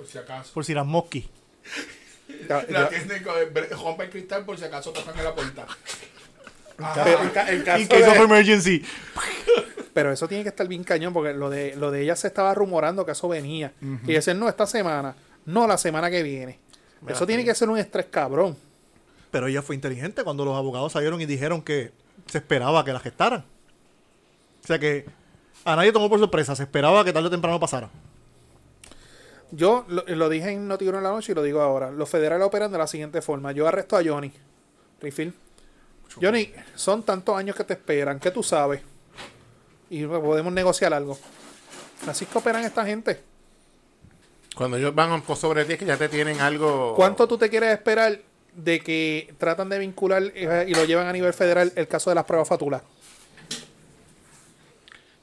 S4: si acaso.
S1: Por si las mosquis.
S2: Ya- ya-
S4: La tienen con el bre- rompe el cristal por si acaso tocan en la puerta.
S2: pero,
S1: In case of emergency.
S2: pero eso tiene que estar bien cañón porque lo de, lo de ella se estaba rumorando que eso venía. Y decían, no, esta semana, no la semana que viene. eso tiene que ser un estrés cabrón.
S1: Pero ella fue inteligente cuando los abogados salieron y dijeron que se esperaba que la gestaran. O sea que a nadie tomó por sorpresa, se esperaba que tarde o temprano pasara.
S2: Yo lo, lo dije en Noti Uno en la noche y lo digo ahora. Los federales operan de la siguiente forma. Yo arresto a Johnny. Refill. Johnny, son tantos años que te esperan, que tú sabes. Y podemos negociar algo. Así es que operan esta gente.
S3: Cuando ellos van sobre ti es que ya te tienen algo...
S2: ¿Cuánto tú te quieres esperar de que tratan de vincular eh, y lo llevan a nivel federal el caso de las pruebas fatulas?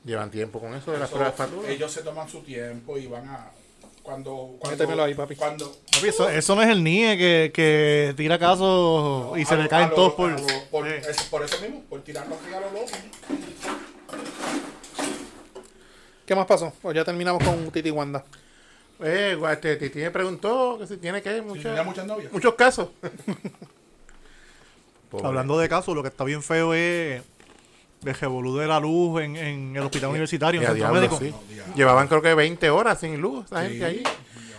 S3: Llevan tiempo con eso de las
S4: Eso,
S3: pruebas fatulas.
S4: ellos se toman su tiempo y van a. Cuando.
S2: Métemelo
S4: cuando
S2: ahí, papi.
S4: Cuando,
S1: Papi, eso, eso no es el NIE que, que tira casos y se le caen todos por.
S4: por,
S1: Sí.
S4: es- por eso mismo, por tirar los regalos locos.
S2: ¿Qué más pasó? Pues ya terminamos con Titi Wanda.
S3: Eh, guau, este Titi me preguntó que si tiene que muchas-
S4: Tenía muchas novias.
S3: muchos casos. Pobre.
S1: Hablando de casos, lo que está bien feo es el revolú de la luz en, en el hospital universitario, en
S3: Ya,
S1: el centro
S3: Eh, diablo,
S1: médico.
S3: sí.
S4: No, diablo.
S3: Llevaban creo que 20 horas sin luz la gente ahí.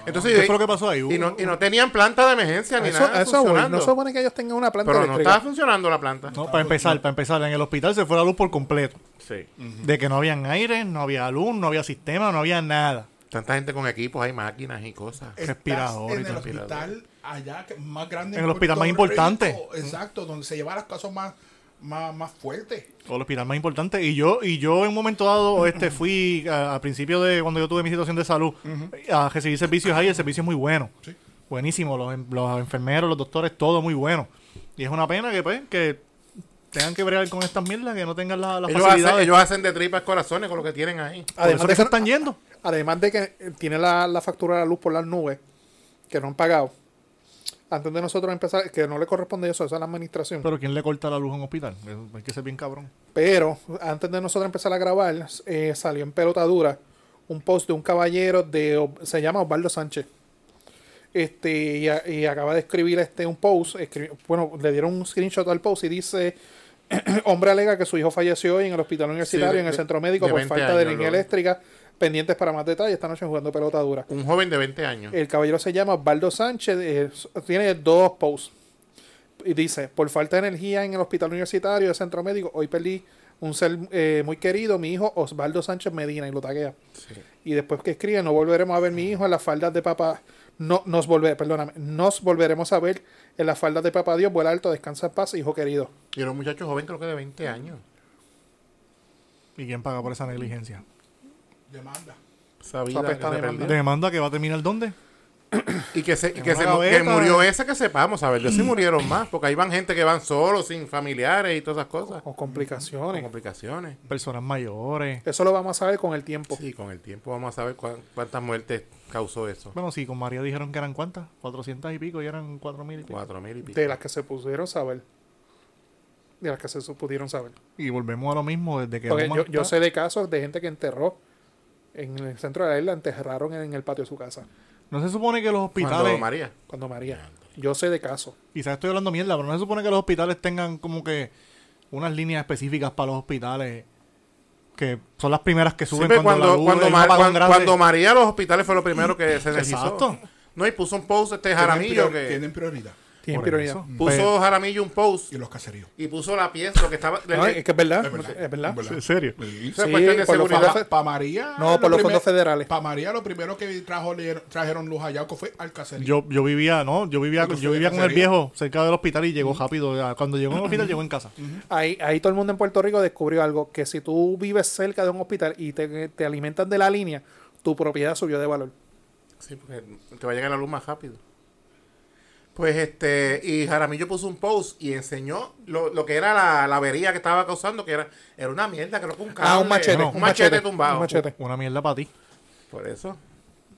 S3: Entonces,
S1: ¿Qué fue lo que pasó ahí?
S3: Y no, y no tenían planta de emergencia ni
S2: Eso,
S3: nada
S2: eso güey,
S3: funcionando.
S2: no se supone que ellos tengan una planta
S3: pero no
S2: eléctrica.
S3: estaba funcionando la planta.
S1: No, para empezar, para empezar, en el hospital se fue la luz por completo.
S3: Sí.
S1: De que no habían aire, no había luz, no había sistema, no había nada.
S3: Tanta gente con equipos, hay máquinas y cosas.
S4: Estás
S1: Respirador y
S4: en el
S3: respirador.
S4: hospital allá que- más grande.
S1: En el
S4: de
S1: hospital más
S4: Puerto
S1: importante.
S4: Rico, exacto, donde se llevan las cosas más, más, más fuertes.
S1: O el hospital más importante. Y yo, y yo en un momento dado, este, fui a- al principio de cuando yo tuve mi situación de salud, a recibir servicios ahí, el servicio es muy bueno.
S4: Sí.
S1: Buenísimo, los, en- los enfermeros, los doctores, todo muy bueno. Y es una pena que, pues, que tengan que bregar con estas mierdas, que no tengan la- las
S3: Ellos
S1: facilidades.
S3: hacen, ellos hacen de tripas corazones con lo que tienen ahí.
S1: Por eso
S2: Además
S1: que
S2: de
S1: se
S2: que,
S1: están yendo.
S3: Ah,
S2: además de que eh, tiene la, la factura de la luz por las nubes, que no han pagado. Antes de nosotros empezar, que no le corresponde eso, eso es la administración.
S1: Pero ¿quién le corta la luz a un hospital? Eso Hay que ser bien cabrón.
S2: Pero antes de nosotros empezar a grabar, eh, salió en pelota dura un post de un caballero de O- se llama Osvaldo Sánchez. Este, y, a- y acaba de escribir este un post. escri- bueno, le dieron un screenshot al post y dice: Hombre alega que su hijo falleció hoy en el hospital universitario,
S3: de-
S2: en el
S3: de-
S2: centro médico,
S3: de
S2: por
S3: 20
S2: falta de
S3: años,
S2: línea
S3: lo-
S2: eléctrica. Pendientes para más detalles, esta noche jugando pelota dura.
S3: Un joven de 20 años.
S2: El caballero se llama Osvaldo Sánchez, eh, tiene dos posts. Y dice, por falta de energía en el hospital universitario de centro médico, hoy perdí un ser eh, muy querido, mi hijo Osvaldo Sánchez Medina, y lo taguea. Y después que escribe, no volveremos a ver mi hijo en las faldas de papá. No, nos volveremos, perdóname, nos volveremos a ver en las faldas de papá Dios, vuela alto, descansa en paz, hijo querido.
S3: Y era un muchacho joven creo que de 20 años.
S1: ¿Y quién paga por esa negligencia?
S4: Demanda.
S3: Esa vida
S2: Esa
S3: que
S2: pesta
S3: se
S2: de
S3: perdió.
S1: Demanda que va a terminar dónde?
S3: Y que, se, y
S1: En
S3: que,
S1: una
S3: se mu- que
S1: gaveta.
S3: murió ese que sepamos, a ver, yo sí murieron más, porque ahí van gente que van solos, sin familiares y todas esas cosas.
S2: O
S3: Con
S2: complicaciones.
S3: complicaciones.
S1: Personas mayores.
S2: Eso lo vamos a saber con el tiempo.
S3: Sí, con el tiempo vamos a saber cuán- cuántas muertes causó eso.
S1: Bueno, sí, con María dijeron que eran cuántas, 400 y pico y eran 4000 y pico.
S3: Cuatro mil y pico.
S2: De las que se pusieron saber. De las que se su- pudieron saber.
S1: Y volvemos a lo mismo desde que
S2: Porque
S1: Obama
S2: yo, yo
S1: está-
S2: sé de casos de gente que enterró en el centro de la isla, enterraron en el patio de su casa,
S1: no se supone que los
S3: Cuando
S1: hospitales,
S3: María.
S2: cuando María. Yo sé de casos.
S1: quizás estoy hablando mierda, pero no se supone que los hospitales tengan como que unas líneas específicas para los hospitales que son las primeras que suben
S3: Siempre
S1: cuando, la
S3: cuando,
S1: luz
S3: cuando,
S1: hay un
S3: Mar-
S1: apagón
S3: cuando-
S1: grande.
S3: cuando María a los hospitales fue lo primero que se deslizó.
S1: Exacto.
S3: No, y puso un post este
S4: Tienen
S3: Jaramillo
S4: prior-
S3: que...
S4: Tienen prioridad.
S2: Tienen
S1: Por
S2: prioridad.
S1: eso.
S3: Puso Jaramillo un post
S4: Y los caseríos.
S3: y puso la pieza, lo que estaba...
S2: No, es que es verdad.
S4: Es verdad.
S2: Es verdad.
S1: ¿En serio?
S4: Sí.
S3: Eso es
S2: Sí,
S3: cuestión de
S2: por los
S3: seguridad.
S2: fondos-
S4: Para María.
S2: No, por los fondos federales.
S4: Para María, lo primero que trajo, le- trajeron luz a Yauco fue al caserío.
S1: Yo, yo vivía, no, yo vivía,
S4: Porque
S1: yo
S4: fue
S1: vivía
S4: de
S1: con el
S4: cacería.
S1: viejo cerca del hospital y llegó rápido. ya, Cuando llegó al hospital, llegó en casa.
S2: Ahí, ahí todo el mundo en Puerto Rico descubrió algo, que si tú vives cerca de un hospital y te, te alimentas de la línea, tu propiedad subió de valor.
S3: Sí, porque te va a llegar la luz más rápido. Pues este, y Jaramillo puso un post y enseñó lo, lo que era la, la avería que estaba causando, que era, era una mierda, creo que un cable.
S2: Ah, un machete.
S3: no, un, machete, tumbado.
S2: Un machete.
S1: Pues, Una mierda para ti.
S3: Por eso.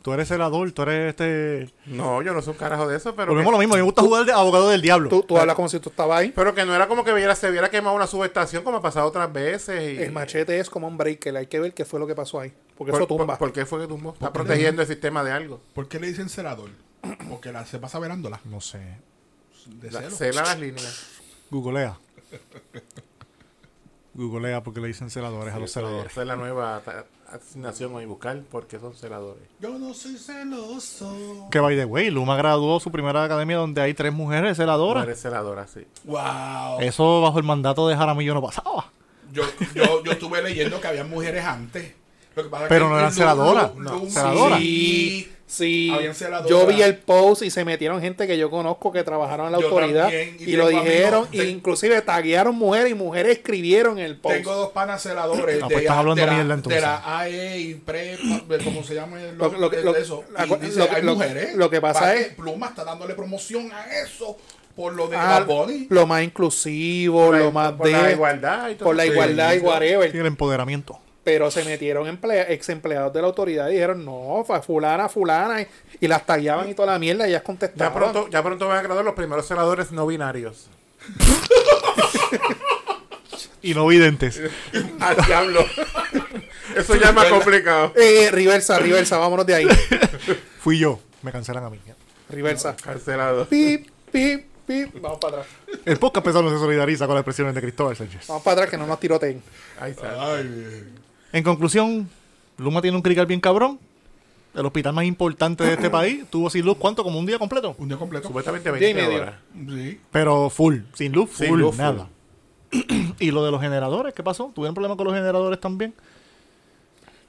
S1: Tú eres celador, tú eres este.
S3: No, yo no soy un carajo de eso, pero.
S1: Volvemos a lo
S3: que,
S1: mismo, a mí me gusta jugar de abogado del diablo.
S2: Tú, tú hablas como si tú estabas ahí.
S3: pero que no era como que viera, se viera quemado una subestación como ha pasado otras veces. Y,
S2: El machete es como un breaker. Hay que ver qué fue lo que pasó ahí. Porque
S3: Por,
S2: eso tumba.
S3: por- ¿por qué fue que tumbó? Está protegiendo el sistema de algo.
S4: ¿Por qué le dicen celador? Porque la, se pasa velándola.
S1: No sé.
S4: De
S3: La-
S4: cero.
S3: Cela las líneas.
S1: Googlea. Googlea porque le dicen celadores a los
S3: Esa-
S1: celadores.
S3: Esa es la nueva ta- asignación hoy, buscar por qué son celadores.
S4: Yo no soy celoso.
S1: Que by the way, Luma graduó su primera academia donde hay tres mujeres celadoras.
S3: Mujeres celadoras, sí.
S4: Wow.
S1: Eso bajo el mandato de Jaramillo no pasaba.
S4: Yo, yo, yo estuve leyendo que había mujeres antes. Lo que pasa
S1: Pero
S4: es que
S1: no eran
S4: Lu-
S1: celadoras,
S4: Lu-
S1: no,
S4: Lu-
S1: celadoras.
S4: Sí.
S2: Sí,
S4: Habían celadora.
S2: yo vi el post y se metieron gente que yo conozco que trabajaron en la
S4: Yo
S2: autoridad
S4: también, y
S2: y, lo
S4: tengo
S2: dijeron,
S4: amigos
S2: e
S4: de-
S2: inclusive taguearon mujeres y mujeres escribieron el post.
S4: Tengo dos panas celadores
S1: No,
S4: de,
S1: pues estás
S4: la-
S1: hablando
S4: de, la,
S1: mierda, entonces.
S4: de la AE y prepa, de cómo se llama el-
S2: Lo- lo que-
S4: el-
S2: lo-
S4: eso.
S2: la
S4: Y
S2: co-
S4: dice,
S2: lo que-
S4: hay
S2: lo-
S4: mujeres.
S2: lo que pasa
S4: Para
S2: es-
S4: Pluma está dándole promoción a eso por lo de
S2: Ah,
S4: Bad Bunny.
S2: lo más inclusivo, lo más
S3: por la
S2: de
S3: igualdad y todo
S2: por la
S3: eso.
S2: igualdad y
S3: Sí.
S2: whatever.
S1: Y el empoderamiento.
S2: Pero se metieron emplea- ex empleados de la autoridad y dijeron, no, fa- fulana, fulana, y, y las tagueaban y toda la mierda y ellas
S3: Ya
S2: contestaban.
S3: pronto, ya pronto van a graduar los primeros celadores no binarios.
S1: Y no videntes.
S3: Al diablo. Eso ya es más complicado.
S2: Eh, reversa, reversa, vámonos de ahí.
S1: Fui yo. Me cancelan a mí.
S2: Reversa.
S3: Cancelado.
S2: Pip, pip, pip. Vamos para atrás.
S1: El podcast pesado no se solidariza con las expresiones de Cristóbal Sánchez.
S2: Vamos para atrás que no nos tiroteen.
S3: Ahí
S2: Ah.
S3: está.
S4: Ay,
S1: En conclusión, Luma tiene un crical bien cabrón. El hospital más importante de este país tuvo sin luz cuánto, como un día completo.
S4: un día completo.
S3: Supuestamente
S2: Día y
S3: 20
S2: medio.
S3: horas.
S4: Sí.
S1: Pero full, sin luz, full,
S3: Sin luz, full.
S1: nada. y lo de los generadores, ¿qué pasó? ¿Tuvieron problemas con los generadores también?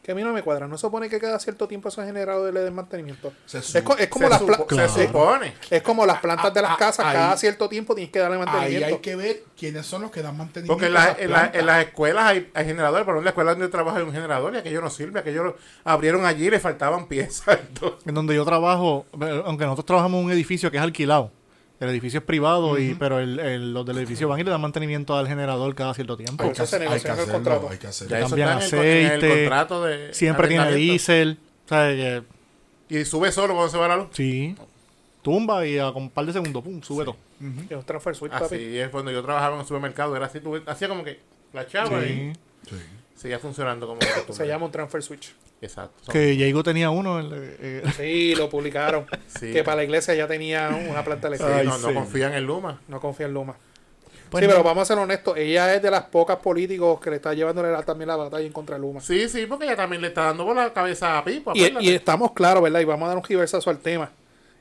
S2: Que a mí no me cuadra. No se supone que cada cierto tiempo esos generadores le den mantenimiento.
S4: Se
S2: Es,
S4: su-
S2: co- es como
S3: se,
S2: las
S3: supo-
S2: pla-
S1: Claro.
S3: se supone.
S2: es como las plantas de las
S4: Ah,
S2: casas.
S4: ah,
S2: Cada
S4: ahí.
S2: cierto tiempo tienes que darle
S4: Ahí
S2: mantenimiento.
S4: hay que ver quiénes son los que dan mantenimiento.
S3: Porque en,
S4: a
S3: la-
S4: esas
S3: en la-
S4: plantas.
S3: en las escuelas hay, hay generadores, pero en la escuela donde trabaja hay un generador y aquello no sirve, aquello lo abrieron allí y le faltaban piezas. entonces.
S1: En donde yo trabajo, pero aunque nosotros trabajamos en un edificio que es alquilado. El edificio es privado, y, pero el- el- los del edificio van y le dan mantenimiento al generador cada cierto tiempo.
S2: Por eso se negocia en el
S4: hacerlo,
S2: contrato.
S4: hay que hacerlo.
S3: Ya eso
S1: Cambian
S3: está en el, con- en el
S1: aceite,
S3: contrato de
S1: Siempre tiene
S3: arrendamiento.
S1: diésel. O sea, que
S3: Y sube solo cuando se va la luz.
S1: sí. Tumba y a con un par de segundos, pum, sube todo.
S2: Es un transfer switch,
S3: Ah,
S2: papi.
S3: Así es cuando yo trabajaba en un supermercado, era así, tú- hacía como que la chava
S1: Sí.
S3: y
S4: Sí.
S3: seguía funcionando como
S2: Se llama un transfer switch.
S3: Exacto. Son-
S1: Que Diego tenía uno. el, eh, eh,
S2: Sí, lo publicaron.
S3: Sí.
S2: Que para la iglesia ya tenía una planta
S3: Sí,
S2: eléctrica.
S3: no, no
S1: sí.
S3: confían en Luma.
S2: No confía en Luma.
S1: pues
S2: sí,
S1: no.
S2: pero vamos a ser honestos. Ella es de las pocas políticos que le está llevándole la- también la batalla en contra de Luma.
S3: Sí, sí, porque ella también le está dando por la cabeza a Pipo.
S2: Y,
S3: acuérdate.
S2: y estamos claros, ¿verdad? Y vamos a dar un giversazo al tema.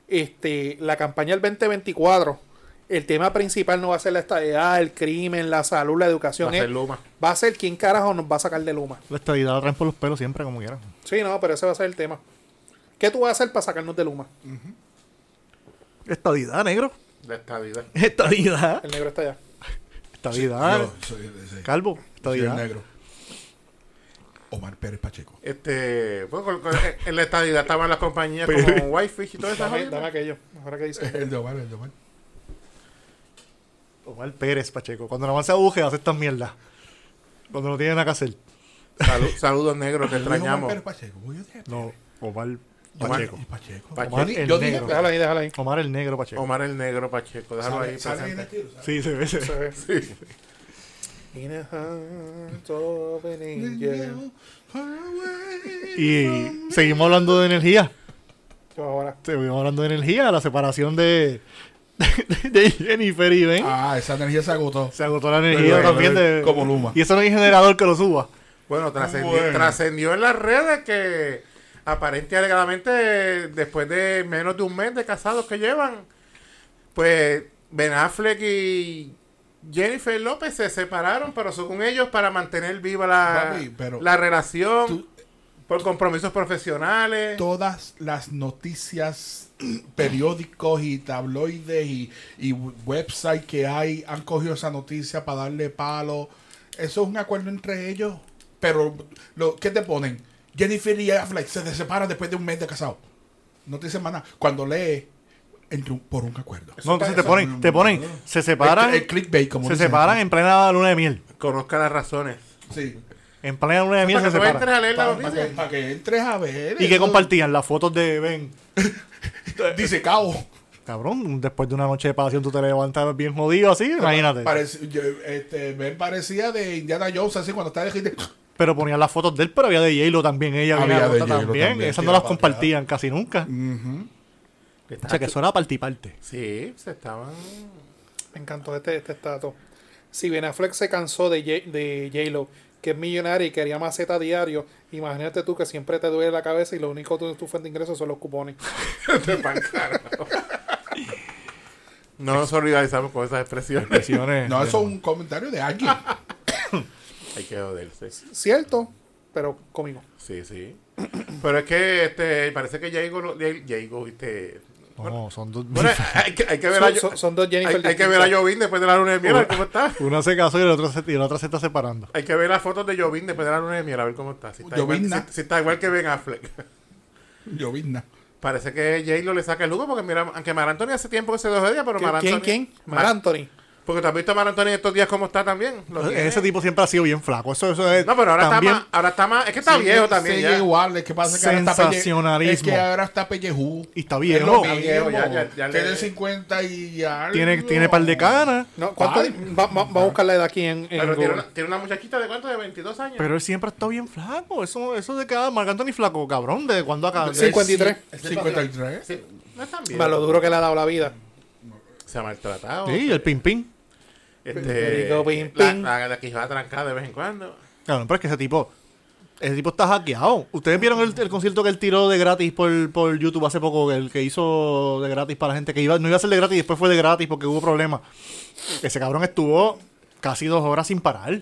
S2: Este, la campaña del 2024, el tema principal no va a ser la estadidad, el crimen, la salud, la educación.
S3: Va a ser
S2: eh.
S3: Luma.
S2: Va a ser quién carajo nos va a sacar de Luma.
S1: La estadidad la traen por los pelos siempre, como quieran.
S2: Sí, no, pero ese va a ser el tema. ¿Qué tú vas a hacer para sacarnos de Luma?
S1: Estadidad, negro.
S3: La estadidad.
S1: Estadidad.
S2: El negro está allá.
S1: Estadidad.
S4: Yo soy- sí.
S1: Calvo.
S4: Soy el
S1: Estadidad.
S4: negro. Omar Pérez Pacheco.
S3: Este, pues, con- con- en la estadidad estaban las compañías como Whitefish y todas esas
S2: Dame, dame
S3: jodidas.
S2: aquello. Ahora que dice.
S4: El de Omar, el de Omar.
S1: Omar Pérez, Pacheco. Cuando nomás se aguje, hace estas mierdas. Cuando no tiene nada que hacer.
S3: Salu- saludos negros, te
S4: Yo dije Omar
S3: extrañamos.
S4: Pérez Pacheco. Pues Yo dije
S1: No, Omar
S4: Omar
S1: Pacheco.
S4: Pérez Pacheco.
S3: Pacheco.
S4: Yo di-
S1: el
S4: yo dije-
S1: negro.
S2: Déjala ahí, déjala ahí.
S1: Omar el negro, Pacheco.
S3: Omar el negro Pacheco, déjalo
S4: Sale-
S3: ahí
S4: sale bien este.
S3: presente.
S4: el tiro,
S1: Sí,
S4: sale.
S1: se ve, se ve.
S2: Se ve.
S3: Sí.
S2: In a heart of an angel.
S1: Y seguimos hablando de energía.
S2: Yo ahora.
S1: Seguimos hablando de energía. La separación de, de Jennifer y Ben.
S4: Ah, esa energía se agotó.
S1: Se agotó la energía
S4: Pero,
S1: también
S4: pero,
S1: de.
S4: como Luma.
S1: Y eso no hay generador que lo suba.
S3: Bueno, trascendió,
S4: Bueno.
S3: trascendió en las redes que aparente y alegadamente después de menos de un mes de casados que llevan, pues Ben Affleck y Jennifer López se separaron, pero según ellos para mantener viva la,
S4: Papi, pero
S3: la relación
S4: tú-
S3: por compromisos profesionales.
S4: Todas las noticias, periódicos y tabloides y, y websites que hay han cogido esa noticia para darle palo. Eso es un acuerdo entre ellos. Pero, lo, ¿qué te ponen? Jennifer y Affleck se separan después de un mes de casado. No te dicen más nada. Cuando lee, entre un- por un acuerdo.
S1: No, entonces te
S4: pasa
S1: ponen,
S4: muy-
S1: te ponen,
S4: muy-
S1: se separan,
S4: El, el clickbait, como
S1: se
S4: dicen.
S1: separan en plena luna de miel.
S3: Conozca las razones.
S4: Sí.
S1: En plena luna de miel
S3: Para
S1: se
S3: que tú entres
S1: separan.
S3: a leer la
S4: Para que,
S3: noticia.
S4: pa' que entres a ver.
S1: ¿Y qué
S4: eso.
S1: compartían? Las fotos de Ben.
S4: Dice cabo.
S1: Cabrón, después de una noche de pasión tú te levantas bien jodido así, imagínate.
S4: Parec- yo, este, Ben parecía de Indiana Jones, así cuando estaba de gente.
S1: Pero ponían las fotos de él, pero había de J-Lo también, ella
S4: Había
S1: había
S4: de J-Lo
S1: también.
S4: también,
S1: Esas
S4: sí,
S1: no las
S4: la
S1: compartían casi nunca.
S3: Mm.
S1: O sea que eso era parte y parte.
S3: Sí, se estaban...
S2: Me encantó este, este estatus. si Ben Affleck se cansó de J- de J-Lo, que es millonaria y quería maceta diario, imagínate tú que siempre te duele la cabeza y lo único que tu fuente de ingresos son los cupones.
S3: No nos solidarizamos con esas expresiones.
S1: Presiones.
S4: No, eso es un comentario de alguien.
S3: Hay que joderse.
S2: Cierto, pero conmigo.
S3: Sí, sí. Pero es que este, parece que Jago, no- Jago este.
S1: No, son dos.
S3: Bueno, hay que, hay que ver a
S2: Son,
S3: Jo-
S2: son- son dos
S3: hay,
S2: Jennifer.
S3: hay que ver a Jovín después de la luna de miel, a ver cómo está.
S1: Una se casó y la otra se, y la otra se está separando.
S3: Hay que ver las fotos de Jovín después de la luna de miel, a ver cómo está. Si está, igual,
S4: Jovín, na.
S3: si- si está igual que Ben Affleck.
S4: Yo vi nada.
S3: Parece que J-Lo le saca el lugo porque mira, aunque Mar Anthony hace tiempo que se dejó de ella, pero
S2: ¿Quién,
S3: Mar
S2: ¿Quién?
S3: Anthony-
S2: ¿Quién?
S3: Mar-
S2: Mar Anthony.
S3: Porque tú has visto a Mar Anthony estos días cómo está también. Lo tiene.
S1: Ese tipo siempre ha sido bien flaco. Eso, eso es.
S3: No, pero ahora
S1: también,
S3: está más, ahora está más, es que está viejo también ya.
S4: igual, es que pasa que ahora está pelle-
S1: Sensacionalismo.
S4: Es que ahora está pellejú.
S1: Y está
S4: Es
S1: viejo.
S4: lo
S1: Está
S3: viejo, ya-
S4: mismo.
S3: ya- ya le-
S4: Tiene 50 y ya.
S1: Tiene, tiene par de canas.
S2: No, ¿cuánto
S4: Ay.
S2: di- va, va- va a buscar la edad aquí en, en
S3: Pero tiene
S2: Google.
S3: una, tiene una muchachita de cuánto, de 22 años.
S1: Pero él siempre ha estado bien flaco. Eso, eso de que ah, Marc Anthony flaco, cabrón. ¿De cuándo acá?
S2: Sí. 53.
S4: 53.
S3: Sí, no es tan viejo.
S2: Más lo duro que le ha dado la vida.
S3: Se ha maltratado.
S1: Sí, el pin pin.
S3: Este,
S2: Rico, pim,
S3: la,
S2: pim.
S3: la, la quijada trancada de vez en cuando.
S1: Claro, pero es que ese tipo. Ese tipo está hackeado. ¿Ustedes vieron el, el concierto que él tiró de gratis por, por YouTube hace poco? El que hizo de gratis para la gente que iba, no iba a ser de gratis y después fue de gratis porque hubo problemas. Ese cabrón estuvo casi dos horas sin parar.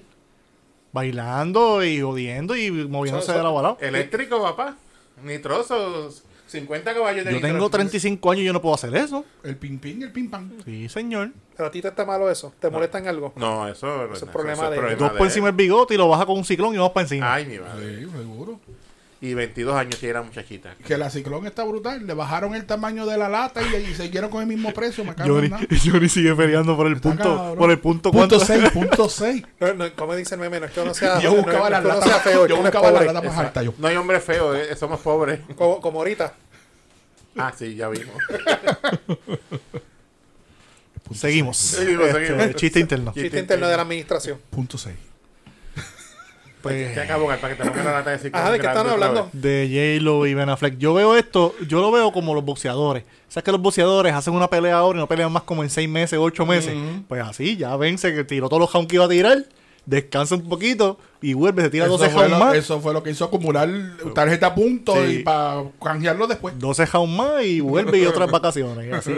S1: Bailando y jodiendo y moviéndose de lado a lado.
S3: Eléctrico, papá. Nitrosos. 50 caballos de
S1: Yo tengo
S3: nitro.
S1: 35 años y yo no puedo hacer eso.
S4: El pim pim, el pim pam.
S1: Sí, señor.
S2: Pero a ti te está malo eso. ¿Te molesta en algo?
S3: No, eso, no
S2: es
S3: nada,
S2: problema
S3: eso
S2: de él.
S1: Dos por encima
S3: él.
S1: del bigote y lo baja con un ciclón y dos para encima.
S3: Ay, mi madre.
S4: Sí, seguro.
S3: Y 22 años tiene la muchachita.
S4: Que la ciclón está brutal. Le bajaron el tamaño de la lata y, y siguieron con el mismo precio. Me cago
S1: Johnny,
S4: en nada.
S1: Johnny sigue peleando por el
S4: Está
S1: punto.
S4: cabrón.
S1: Por el punto
S4: Punto
S1: cuánto.
S4: 6, punto 6.
S2: No, no, ¿Cómo dice el meme? No es que uno
S1: Ah,
S2: sea,
S4: Yo
S2: no,
S4: buscaba
S2: no,
S4: la
S2: es que uno
S4: lata
S2: sea
S4: más-
S2: feo, es
S4: yo
S2: que uno es
S4: buscaba la
S2: pobre.
S4: lata más alta. Yo.
S3: No hay hombre feo, eh, somos pobres.
S2: Como, como ahorita.
S3: Ah, sí, ya vimos.
S1: Seguimos.
S3: Seguimos, seguimos.
S1: Este, chiste interno.
S2: Chiste interno de la administración.
S4: Punto 6.
S3: Te acabo para que te pongan la lata de ciclón
S2: Ajá, ¿de qué
S3: grande
S2: están
S3: otra
S2: hablando?
S3: vez.
S1: de J-Lo y Ben Affleck. Yo veo esto, yo lo veo como los boxeadores. ¿Sabes que los boxeadores hacen una pelea ahora y no pelean más como en seis meses, ocho meses? Pues así, ya vence que tiró todos los rounds que iba a tirar, descansa un poquito y vuelve, se tira
S4: Eso
S1: 12
S4: fue,
S1: rounds
S4: lo,
S1: más.
S4: eso fue lo que hizo acumular tarjeta a punto
S1: Sí.
S4: y para canjearlo después.
S1: 12 rounds más y vuelve y otras vacaciones. y así.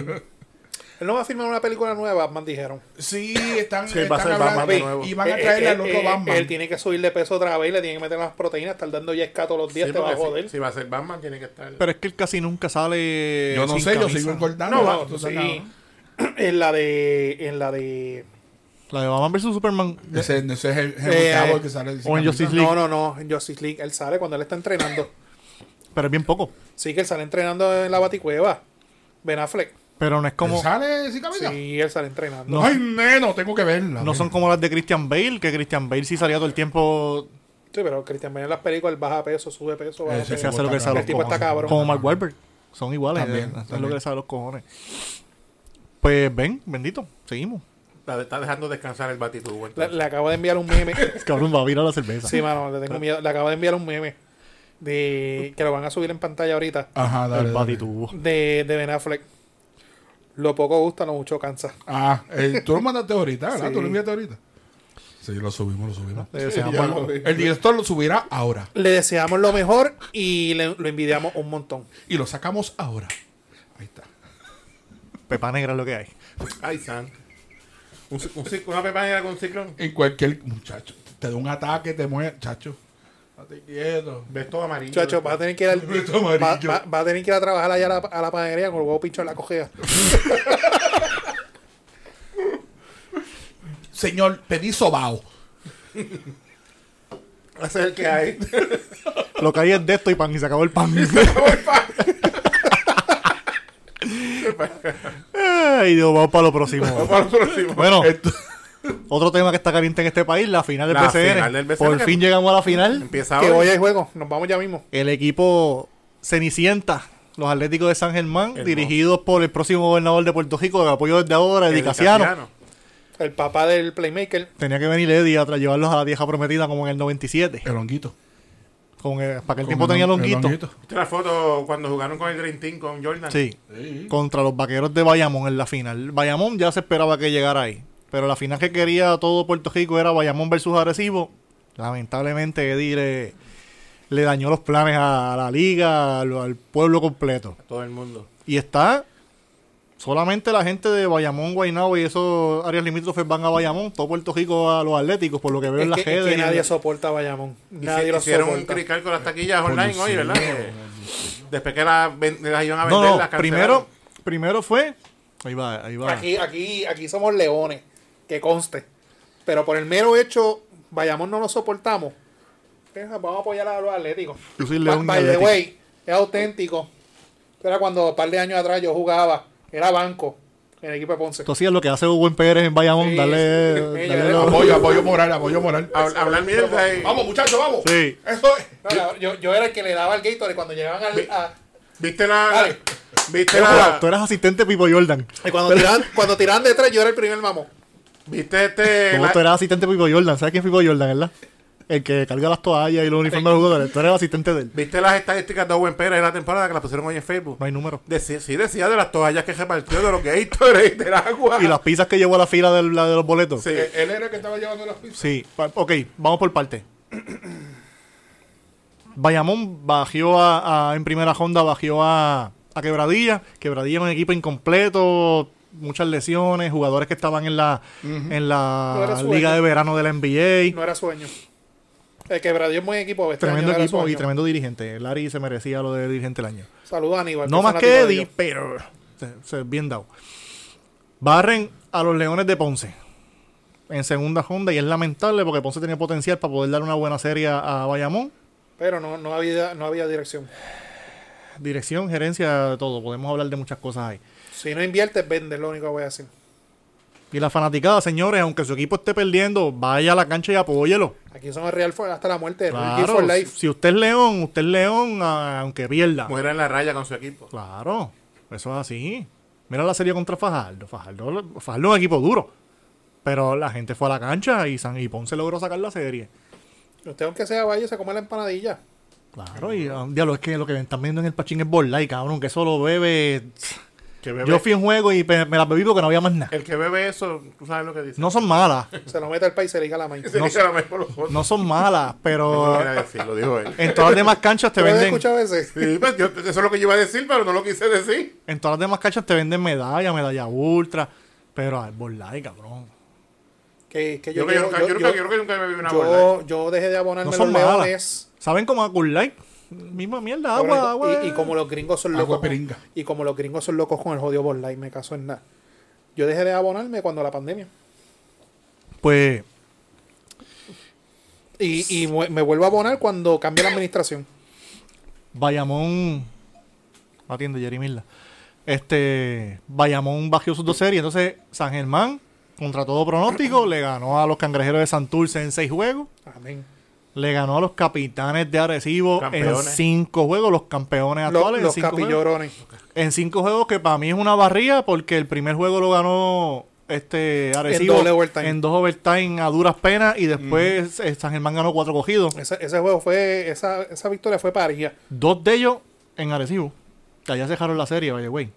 S2: Él no va a filmar una película nueva, Batman dijeron.
S4: Sí, están,
S3: Sí, va a ser Batman
S4: están
S3: de
S4: hablando
S3: nuevo.
S4: y van a
S2: Eh,
S4: traerle
S2: eh,
S4: al otro
S2: eh,
S4: Batman.
S2: Él tiene que subir de peso otra vez y le tiene que meter las proteínas, estar dando yesca todos los días,
S3: Sí,
S2: te va a
S3: porque si-
S2: joder.
S3: Si va a ser Batman, tiene que estar.
S1: Pero es que él casi nunca sale.
S4: Yo no
S1: sin
S4: sé, yo
S1: camisa.
S4: sigo engordando.
S2: No,
S4: va,
S2: no,
S4: tú
S2: sí.
S4: sabes, cabrón.
S2: En la de. En la de.
S1: La de Batman vs Superman.
S4: Ese, ese es el, el
S2: Eh,
S4: Cavill que sale sin
S1: o en
S4: camisa.
S1: Justice League.
S2: No, no, no. En Justice League. Él sale cuando él está entrenando.
S1: Pero es bien poco.
S2: Sí, que él sale entrenando en la baticueva. Ben Affleck.
S1: Pero no es como.
S4: ¿Sale sin camisa?
S2: Sí, él sale entrenando.
S1: No.
S4: Ay, neno, tengo que verla.
S1: No son como las de Christian Bale, que Christian Bale sí salía todo el tiempo.
S2: Sí, pero Cristian Bale en las películas él baja peso, sube peso, baja
S4: Ese
S1: Que
S2: peso.
S1: se hace lo que se
S4: El
S1: los
S2: tipo está
S1: cojones.
S2: cabrón.
S1: Como Mark Wahlberg. Son iguales.
S4: También,
S1: eh, Es lo
S4: también.
S1: que se los cojones. Pues ven, bendito. Seguimos.
S3: Está, está dejando descansar el batitubo.
S2: Le,
S3: entonces.
S2: le acabo de enviar un meme.
S1: Cabrón, va a virar la cerveza.
S2: sí, mano, le tengo miedo. Le acabo de enviar un meme. De, que lo van a subir en pantalla ahorita.
S4: Ajá, dale.
S1: el
S4: dale.
S1: batitubo.
S2: De, de Ben Affleck. Lo poco gusta, lo mucho cansa.
S4: Ah, eh, tú lo mandaste ahorita, ¿verdad?
S2: Sí.
S4: Tú lo enviaste ahorita. Sí, lo subimos, lo subimos.
S1: Le deseamos-
S3: Ya lo vi.
S4: El director lo subirá ahora.
S2: Le deseamos lo mejor y le- lo envidiamos un montón.
S4: Y lo sacamos ahora. Ahí está.
S1: Pepa negra es lo que hay.
S3: Ay, san. Un, ci- un ci- una pepa negra con un ciclón.
S4: En cualquier muchacho. Te da un ataque, te mueve. Chacho. Date quieto.
S3: Ves todo amarillo.
S2: Muchachos, va a tener que ir al-
S4: Esto
S2: va,
S4: amarillo.
S2: va- va a tener que ir a trabajar allá a la, a la panadería con el huevo pincho en la cojea.
S4: Señor, pedí sobao.
S3: Ese es el que hay.
S1: Lo que hay es de esto y pan y se acabó el pan. Ay, Dios, vamos para lo próximo.
S3: Para el próximo.
S1: Bueno,
S4: Esto-
S1: otro tema que está caliente en este país, la final del
S3: La
S1: PCN.
S3: final del BCN.
S1: Por fin llegamos a la final.
S3: Empieza
S2: Que
S3: hoy.
S2: hoy hay juego. Nos vamos ya mismo.
S1: El equipo Cenicienta, los Atléticos de San Germán, dirigidos por el próximo gobernador de Puerto Rico, de apoyo desde ahora, Eddie
S3: El
S1: Casiano.
S3: Casiano.
S2: El papá del Playmaker.
S1: Tenía que venir Eddie a tra- llevarlos a la vieja prometida como en el 97.
S4: El honguito.
S1: Con el- para aquel
S4: Con
S1: tiempo
S4: el-
S1: tenía
S4: el
S1: longuito.
S3: ¿Viste la foto cuando jugaron con el Dream Team con Jordan?
S1: Sí.
S4: Sí.
S1: Contra los vaqueros de Bayamón en la final. Bayamón ya se esperaba que llegara ahí. Pero la final que quería todo Puerto Rico era Bayamón versus Arecibo. Lamentablemente Eddie le, le dañó los planes a, la liga, al, al pueblo completo.
S3: Todo el mundo.
S1: Y está solamente la gente de Bayamón, Guaynabo y esos áreas limítrofes van a Bayamón, todo Puerto Rico a los Atléticos, por lo que veo en
S2: Es
S1: las
S2: que, es
S1: redes.
S2: que nadie soporta a Bayamón. Nadie
S3: Hici-
S2: lo
S3: Hicieron un
S2: soporta.
S3: crical con las taquillas online hoy, ¿verdad? Que Después que las, ven- las iban a vender,
S1: no, no,
S3: las cancelaron.
S1: primero, primero fue. Ahí va, ahí va.
S2: Aquí, aquí, aquí somos leones, que conste. Pero por el mero hecho, Bayamón no lo soportamos. Pues, Vamos a apoyar a los atléticos.
S1: Yo soy
S2: Ba-
S1: León y
S2: By the
S1: Atlético.
S2: way, es auténtico. Era cuando un par de años atrás yo jugaba, era banco en el equipo de Ponce.
S1: Tú hacías lo que hace Buen Pérez en Bayamón,
S2: Sí,
S1: dale.
S2: sí,
S1: dale
S2: sí,
S1: lo-
S4: Apoyo, apoyo moral, apoyo moral.
S1: Ah,
S3: Hab- hablar mierda y-
S4: Vamos, muchachos, vamos.
S1: Sí.
S4: Eso es.
S2: No, la- yo, yo era el que le daba el Gatorade cuando llegaban al, a-
S3: ¿Viste la.
S2: Dale.
S1: Tú
S3: ¿Viste
S1: eras-
S3: la.
S1: Tú eras asistente de Pipo Jordan.
S2: y cuando tiraban, cuando tiraban de tres, yo era el primer mamón.
S3: ¿Viste este.
S1: Tú,
S3: la-
S1: tú eras asistente de Pipo Jordan. ¿Sabes quién es Pipo Jordan, verdad? El que carga las toallas y los uniformes de los jugadores. Tú eres el asistente de él.
S3: ¿Viste las estadísticas de Owen Pérez de la temporada que las pusieron hoy en Facebook?
S1: No hay número.
S3: Decía, sí, decía de las toallas que repartió, de los Gatorade, del agua.
S1: Y las pizzas que llevó a la fila del- la de los boletos.
S3: Sí.
S4: Eh, Él era el que estaba llevando las pizzas.
S1: Sí, pa- ok, vamos por parte. Bayamón bajó a, a- en primera ronda, bajó a, a Quebradilla. Quebradilla era un equipo incompleto, muchas lesiones, jugadores que estaban en la, en
S2: No
S1: la
S2: era su
S1: liga de
S2: equipo.
S1: verano de la NBA.
S2: No era sueño. El quebradillo es buen equipo. este
S1: tremendo
S2: año no era
S1: equipo y
S2: sueño.
S1: tremendo dirigente. Larry se merecía lo de dirigente del año.
S2: Saludos a Aníbal.
S1: No más que
S2: fanático de
S1: Eddie,
S2: ellos.
S1: pero se, se- bien dado. Barren a los Leones de Ponce en segunda ronda y es lamentable porque Ponce tenía potencial para poder dar una buena serie a a Bayamón.
S2: Pero no, no, había, no había dirección.
S1: Dirección, gerencia, de todo. Podemos hablar de muchas cosas ahí.
S2: Si no inviertes, vendes, lo único que voy a decir.
S1: Y la fanaticada, señores, aunque su equipo esté perdiendo, vaya a la cancha y apóyelo.
S2: Aquí somos real for, hasta la muerte. Real Gear
S1: Claro,
S2: for life.
S1: si usted es león, usted es león, ah, aunque pierda.
S3: Mujer en la raya con su equipo.
S1: Claro, eso es así. Mira la serie contra Fajardo. Fajardo, Fajardo es un equipo duro. Pero la gente fue a la cancha y San y Ponce logró sacar la serie.
S2: Usted aunque sea vaya se come la empanadilla.
S1: Claro, y ah, diablo, es que lo que están viendo en el pachín es Borlai, cabrón, que eso lo bebe.
S3: Que bebe-
S1: Yo fui en juego y pe- me la bebí porque no había más nada.
S3: El que bebe eso, tú sabes lo que dice.
S1: No son malas,
S2: Se lo mete al país y se liga la maíz.
S3: Se
S1: no
S3: dice la mejor los otros.
S1: no son malas, pero
S3: Era decir, lo dijo él.
S1: en todas las demás canchas te
S2: ¿Lo has
S1: venden.
S2: escuchado a veces?
S3: Sí, pues, yo- eso es lo que yo iba a decir, pero no lo quise decir.
S1: En todas las demás canchas te venden medalla, medalla ultra. Pero al Borlai, cabrón.
S2: Que, que
S3: Yo,
S2: yo,
S3: creo que
S2: llevo-
S3: nunca-
S2: yo,
S3: yo nunca-
S2: yo-
S3: yo creo que nunca me bebí una bola.
S2: yo- yo dejé de
S1: No
S2: abonarme los
S1: son malas.
S2: leones.
S1: ¿Saben cómo a Light? Misma mierda,
S2: Cabrón,
S1: agua, agua.
S2: Y, y como los gringos son
S4: Agua
S2: locos. con-
S4: piringa.
S2: y como los gringos son locos con el jodido Borla y me caso en nada. Yo dejé de abonarme cuando la pandemia.
S1: Pues
S2: Y, y mu- me vuelvo a abonar cuando cambie la administración.
S1: Bayamón. no Atiende Jerry Isla. Este. Bayamón bajó sus dos series. Entonces, San Germán, contra todo pronóstico, le ganó a los cangrejeros de Santurce en seis juegos.
S2: Amén.
S1: Le ganó a los capitanes de Arecibo en
S3: Campeones.
S1: cinco juegos. Los campeones
S2: Lo-
S1: actuales en
S2: los
S1: cinco juegos.
S2: capillorones.
S1: En cinco juegos que para mí es una barría porque el primer juego lo ganó este Arecibo
S2: doble overtime.
S1: en dos overtime a duras penas y después eh, San Germán ganó cuatro cogidos.
S2: Ese, ese juego fue. Esa, esa victoria fue parida.
S1: Dos de ellos en Arecibo. Que allá se dejaron la serie, by the way.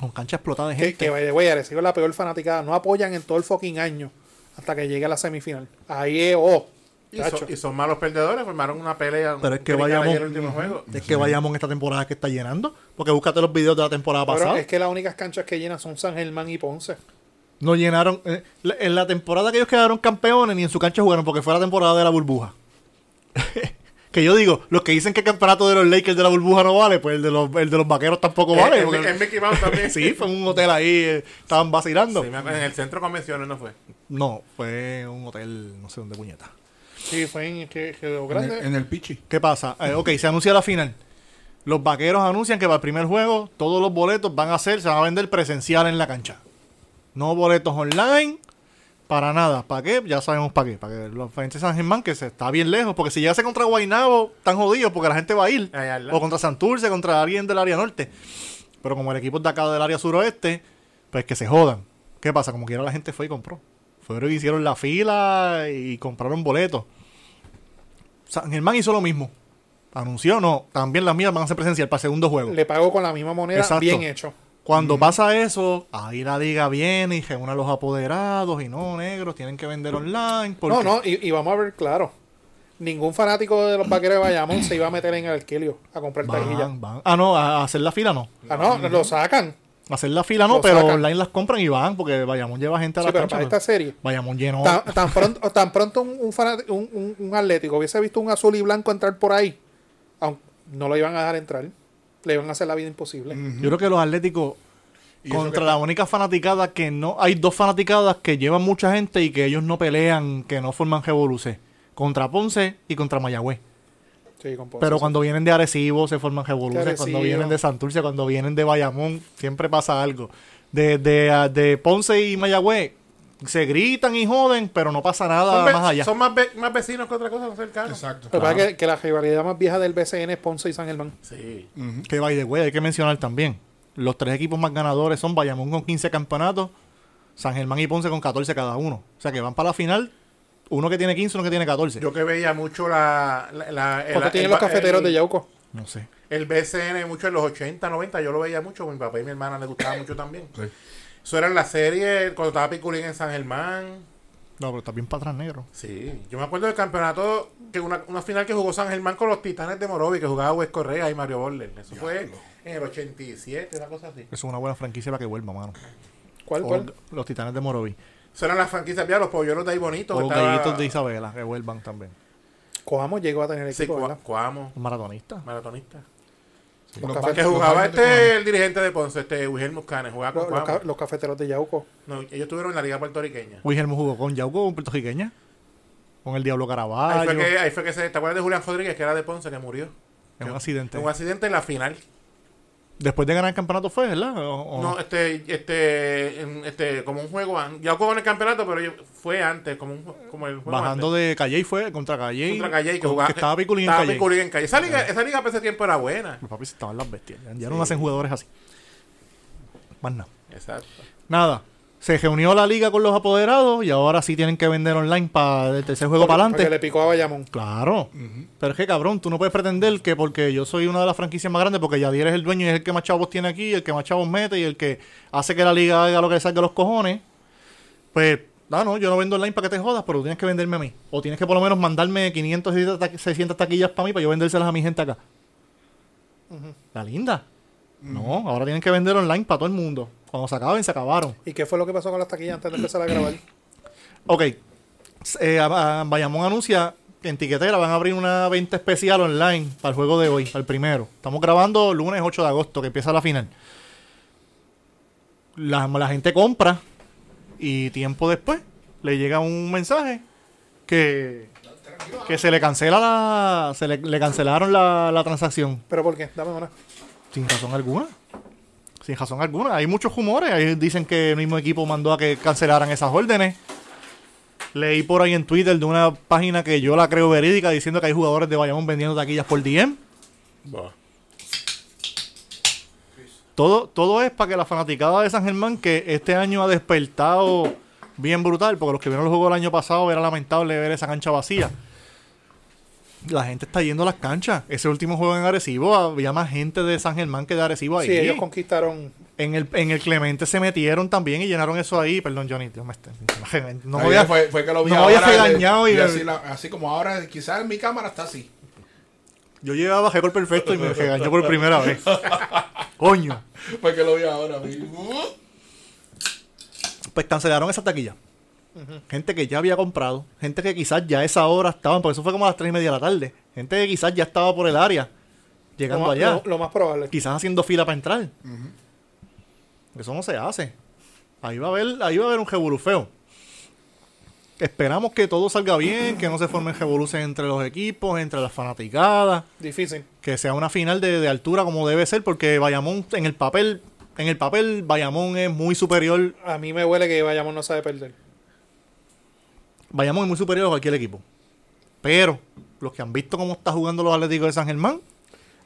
S1: Con cancha explotada de
S2: Que,
S1: gente.
S2: que by the way, Arecibo es la peor fanaticada. No apoyan en todo el fucking año hasta que llegue a la semifinal. Ahí es oh.
S3: Y, son-
S2: tacho.
S3: y son malos perdedores, formaron una pelea.
S1: Pero es que
S3: vayamos
S1: Bayamón-
S3: el último juego.
S1: es que vayamos en esta temporada que está llenando. Porque búscate los videos de la temporada
S2: Cabrón,
S1: pasada.
S2: es que las únicas canchas que llenan son San Germán y Ponce.
S1: No llenaron. eh, la- en la temporada que ellos quedaron campeones, ni en su cancha jugaron, porque fue la temporada de la burbuja. que yo digo, los que dicen que el campeonato de los Lakers de la burbuja no vale, pues el de los, el de los vaqueros tampoco
S3: Eh,
S1: vale.
S3: el-
S1: porque-
S3: el Mickey Mouse también.
S1: sí, fue en un hotel ahí, eh, estaban vacilando.
S3: Sí, me acuerdo, en el centro de convenciones no fue.
S1: No, fue un hotel, no sé dónde puñeta.
S2: Sí, fue en que, que lo
S4: En el,
S2: grande.
S4: en el pichi.
S1: ¿Qué pasa? Eh, ok, se anuncia la final. Los vaqueros anuncian que para el primer juego todos los boletos van a ser, se van a vender presencial en la cancha. No boletos online, para nada. ¿Para qué? Ya sabemos para qué. Para que los frente de San Germán, que se está bien lejos, porque si llegase contra Guainabo, están jodidos porque la gente va a ir.
S3: Ahí al lado.
S1: O contra Santurce, contra alguien del área norte. Pero como el equipo es de acá del área suroeste, pues que se jodan. ¿Qué pasa? Como quiera la gente fue y compró. Fueron y hicieron la fila y compraron boletos. San Germán hizo lo mismo. Anunció, no, también las mías van a ser presencial para el segundo juego.
S2: Le pagó con la misma moneda.
S1: Exacto.
S2: Bien hecho.
S1: Cuando pasa eso, ahí la liga viene y reúne a los apoderados y no, negros, tienen que vender online. porque-
S2: No, no, y, y vamos a ver, claro. Ningún fanático de los vaqueros de Bayamón se iba a meter en el alquilio a comprar taquilla.
S1: Van, van. Ah, no, a a hacer la fila no.
S2: Ah, no, lo sacan.
S1: A hacer la fila no,
S2: Lo
S1: pero
S2: sacan.
S1: online las compran y van, porque Bayamón lleva gente a
S2: Sí,
S1: la
S2: pero
S1: cancha,
S2: para esta serie.
S1: Bayamón lleno.
S2: Tan, tan pronto, tan pronto un, un, fanati- un- un- un atlético hubiese visto un azul y blanco entrar por ahí, aun- no lo iban a dejar entrar. Le iban a hacer la vida imposible.
S1: Yo creo que los atléticos,
S4: Y eso
S1: contra
S4: que-
S1: la única fanaticada que no. Hay dos fanaticadas que llevan mucha gente y que ellos no pelean, que no forman revoluce. Contra Ponce y contra Mayagüez.
S2: Sí, con Ponce,
S1: Pero
S2: sí.
S1: cuando vienen de Arecibo se forman revoluciones,
S2: Arecibo.
S1: cuando vienen de Santurce, cuando vienen de Bayamón, siempre pasa algo. De, de, ah, de Ponce y Mayagüez se gritan y joden, pero no pasa nada
S3: Son, ve-
S1: más allá.
S3: son más, ve- más vecinos que otra cosa, no cercanos.
S4: Exacto.
S2: Lo que pasa es que, que la rivalidad más vieja del BCN es Ponce y San Germán.
S3: Sí.
S1: Que by the way, hay que mencionar también. Los tres equipos más ganadores son Bayamón con 15 campeonatos, San Germán y Ponce con 14 cada uno. O sea que van para la final, uno que tiene 15, uno que tiene 14.
S3: Yo que veía mucho la... la, la- el-
S2: ¿Cuánto tienen
S3: el-
S2: los cafeteros
S3: el-
S2: de Yauco?
S1: no sé.
S3: El BCN mucho en los 80, 90, yo lo veía mucho, mi papá y mi hermana le gustaba mucho también.
S4: Sí.
S3: Eso era en la serie cuando estaba Piculín en San Germán.
S1: No, pero está bien para atrás negro.
S3: Sí, yo me acuerdo del campeonato, que una, una final que jugó San Germán con los Titanes de Morovi, que jugaba Wes Correa y Mario Borler. Eso fue en el 87, una cosa así.
S1: Eso es una buena franquicia para que vuelva, mano.
S2: ¿Cuál,
S1: O
S2: cuál?
S1: los titanes de Morovi.
S3: Eso eran las franquicias, ya, los polluelos de ahí bonitos.
S1: O los
S3: estaba-
S1: gallitos de Isabela, que vuelvan también.
S2: Coamo llegó a tener
S3: Sí,
S2: equipo,
S3: Cua-
S2: ¿verdad?
S3: Cuamo,
S1: maratonista.
S3: maratonista.
S4: Los
S2: Los
S4: ba-
S3: Que
S4: los
S3: jugaba
S4: baños de
S3: este, el dirigente de Ponce, este, Wilhelm Canes, jugaba
S2: Los,
S3: con
S2: los ca-
S3: Cuamo.
S2: los cafeteros de Yauco.
S3: No, ellos estuvieron en la liga puertorriqueña.
S1: Wilhelmo jugó con Yauco, con puertorriqueña. Con el Diablo
S3: Ahí fue,
S1: Caraballo.
S3: Ah, que, ahí fue que se. ¿Te acuerdas de Julián Rodríguez, que era de Ponce, que murió?
S1: En un accidente.
S3: En un accidente en la final.
S1: Después de ganar el campeonato fue, ¿verdad? O- o-
S3: No, este, este, en- este, como un juego. an- Ya jugó en el campeonato, pero yo- fue antes, como, un, ju- como el juego.
S1: Bajando de Calle y fue contra Calle.
S3: antes,
S1: y-
S3: contra Calle, que
S1: con-
S3: jugaba.
S1: que estaba Piculín en
S3: eh, estaba
S1: Calle.
S3: Piculín en Calle. Esa liga, esa liga para ese tiempo era buena.
S1: Los papi se estaban las bestias. Ya, ya no nacen jugadores así. Más nada.
S3: Exacto.
S1: Nada. Se reunió la liga con los apoderados y ahora sí tienen que vender online para el tercer juego para
S2: Porque
S1: adelante.
S2: le picó a Bayamón.
S1: Claro. Pero es que cabrón, tú no puedes pretender que porque yo soy una de las franquicias más grandes, porque Yadier es el dueño y es el que más chavos tiene aquí, el que más chavos mete y el que hace que la liga haga lo que le salga a los cojones, pues, ah, no, yo no vendo online para que te jodas, pero tú tienes que venderme a mí. O tienes que por lo menos mandarme 500, 600 taqu- 600 taquillas para mí para yo vendérselas a mi gente acá. La linda. No, ahora tienen que vender online para todo el mundo. Cuando se acaben, se acabaron.
S2: ¿Y qué fue lo que pasó con las taquillas antes de empezar a grabar?
S1: Ok. Eh, a- a- Bayamón anuncia que en Tiquetera van a abrir una venta especial online para el juego de hoy, para el primero. Estamos grabando lunes 8 de agosto, que empieza la final. La, la gente compra y tiempo después le llega un mensaje que, que se le cancela la. se le, le cancelaron la, la transacción.
S2: ¿Pero por qué? Dame una.
S1: Sin razón alguna. Sin razón alguna. Hay muchos rumores. Ahí dicen que el mismo equipo mandó a que cancelaran esas órdenes. Leí por ahí en Twitter de una página que yo la creo verídica diciendo que hay jugadores de Bayamón vendiendo taquillas por DM. Todo, todo es para que la fanaticada de San Germán, que este año ha despertado bien brutal, porque los que vieron el juego el año pasado era lamentable ver esa cancha vacía. La gente está yendo a las canchas. Ese último juego en Arecibo había más gente de San Germán que de Arecibo ahí.
S2: Sí, ellos conquistaron.
S1: En el, en el Clemente se metieron también y llenaron eso ahí. Perdón, Johnny, Dios me esté- No me
S4: Ahí
S1: voy a-
S4: fue, fue que lo vi
S1: no me voy a
S4: ahora
S1: hacer
S4: de-
S1: dañado y-
S4: y así, la- así como ahora, quizás mi cámara está así.
S1: Yo llegaba a récord perfecto y me regañó por primera vez. Coño.
S4: Fue que lo vi ahora mismo.
S1: Uh. Pues cancelaron esa taquilla. Gente que ya había comprado, gente que quizás ya a esa hora estaban, porque eso fue como a las 3 y media de la tarde. Gente que quizás ya estaba por el área,
S2: Lo
S1: llegando
S2: más,
S1: allá.
S2: lo- lo más probable.
S1: quizás haciendo fila para entrar. Eso no se hace. Ahí va a haber, ahí va a haber un revolufeo. Esperamos que todo salga bien, que no se formen revoluciones entre los equipos, entre las fanaticadas,
S2: Difícil.
S1: que sea una final de, de altura como debe ser, porque Bayamón en el papel, en el papel Bayamón es muy superior,
S2: A mí me huele que Bayamón no sabe perder.
S1: Bayamón es muy superior a cualquier equipo. Pero los que han visto cómo está jugando los Atléticos de San Germán,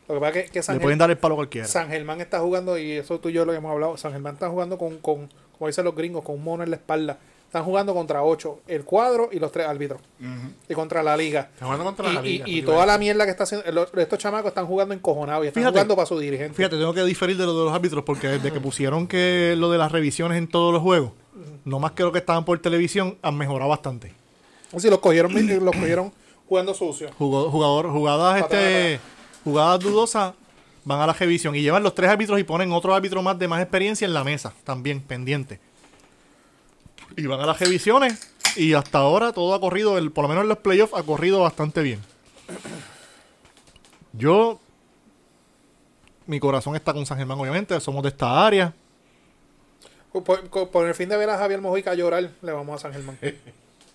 S2: Lo que pasa es que, que San,
S1: le pueden
S2: Germ-
S1: dar el palo a cualquiera.
S2: San Germán está jugando, y eso tú y yo lo hemos hablado, San Germán está jugando con, con como dicen los gringos, con un mono en la espalda. Está Están jugando contra ocho, el cuadro y los tres árbitros. Y contra la liga.
S3: Están jugando contra
S2: y,
S3: la
S2: y-
S3: liga,
S2: y
S3: sí,
S2: toda
S3: vale.
S2: la mierda que está haciendo. lo- Estos chamacos están jugando encojonados y están
S1: Fíjate.
S2: jugando para su dirigente.
S1: Fíjate, tengo que diferir de lo de los árbitros porque desde que pusieron que lo de las revisiones en todos los juegos, no más que lo que estaban por televisión, han mejorado bastante.
S2: Si los cogieron, los cogieron jugando sucio.
S1: Jugó- Jugador, jugadas
S2: Para atrás,
S1: este jugadas dudosas van a la revisión y llevan los tres árbitros y ponen otro árbitro más de más experiencia en la mesa, también pendiente. Y van a las revisiones y hasta ahora todo ha corrido, el, por lo menos en los playoffs ha corrido bastante bien. Yo mi corazón está con San Germán obviamente, somos de esta área.
S2: Por, co- por el fin de ver a Javier Mojica llorar, le vamos a San Germán.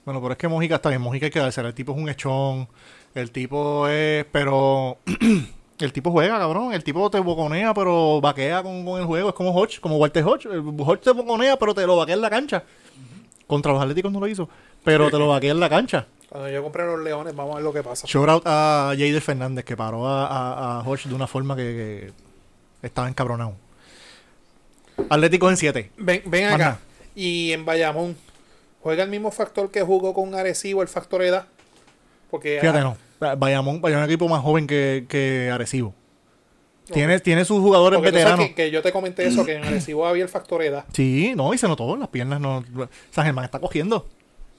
S1: Bueno, pero es que Mojica está bien. Mojica hay que dársela. El tipo es un echón. El tipo es. Pero. el tipo juega, cabrón. El tipo te boconea, pero vaquea con, con el juego. Es como Hodge, como Walter Hodge. El Hodge te boconea, pero te lo vaquea en la cancha. Contra los Atléticos no lo hizo. Pero te lo vaquea en la cancha.
S2: Cuando yo compré los leones, vamos a ver lo que pasa.
S1: Shout out a Jader Fernández, que paró a, a, a Hodge de una forma que, que estaba encabronado. Atléticos en 7.
S2: Ven, ven acá.
S1: Manda.
S2: Y en Bayamón, ¿juega el mismo factor que jugó con Arecibo, el factor edad? Porque
S1: Fíjate,
S2: ah,
S1: no. Bayamón, Bayamón es un equipo más joven que, que Arecibo. Tiene, tiene sus jugadores
S2: porque tú sabes
S1: veteranos.
S2: que, que yo te comenté eso, que en Arecibo había el factor edad.
S1: Sí, no, y se notó las piernas. No, San Germán está cogiendo.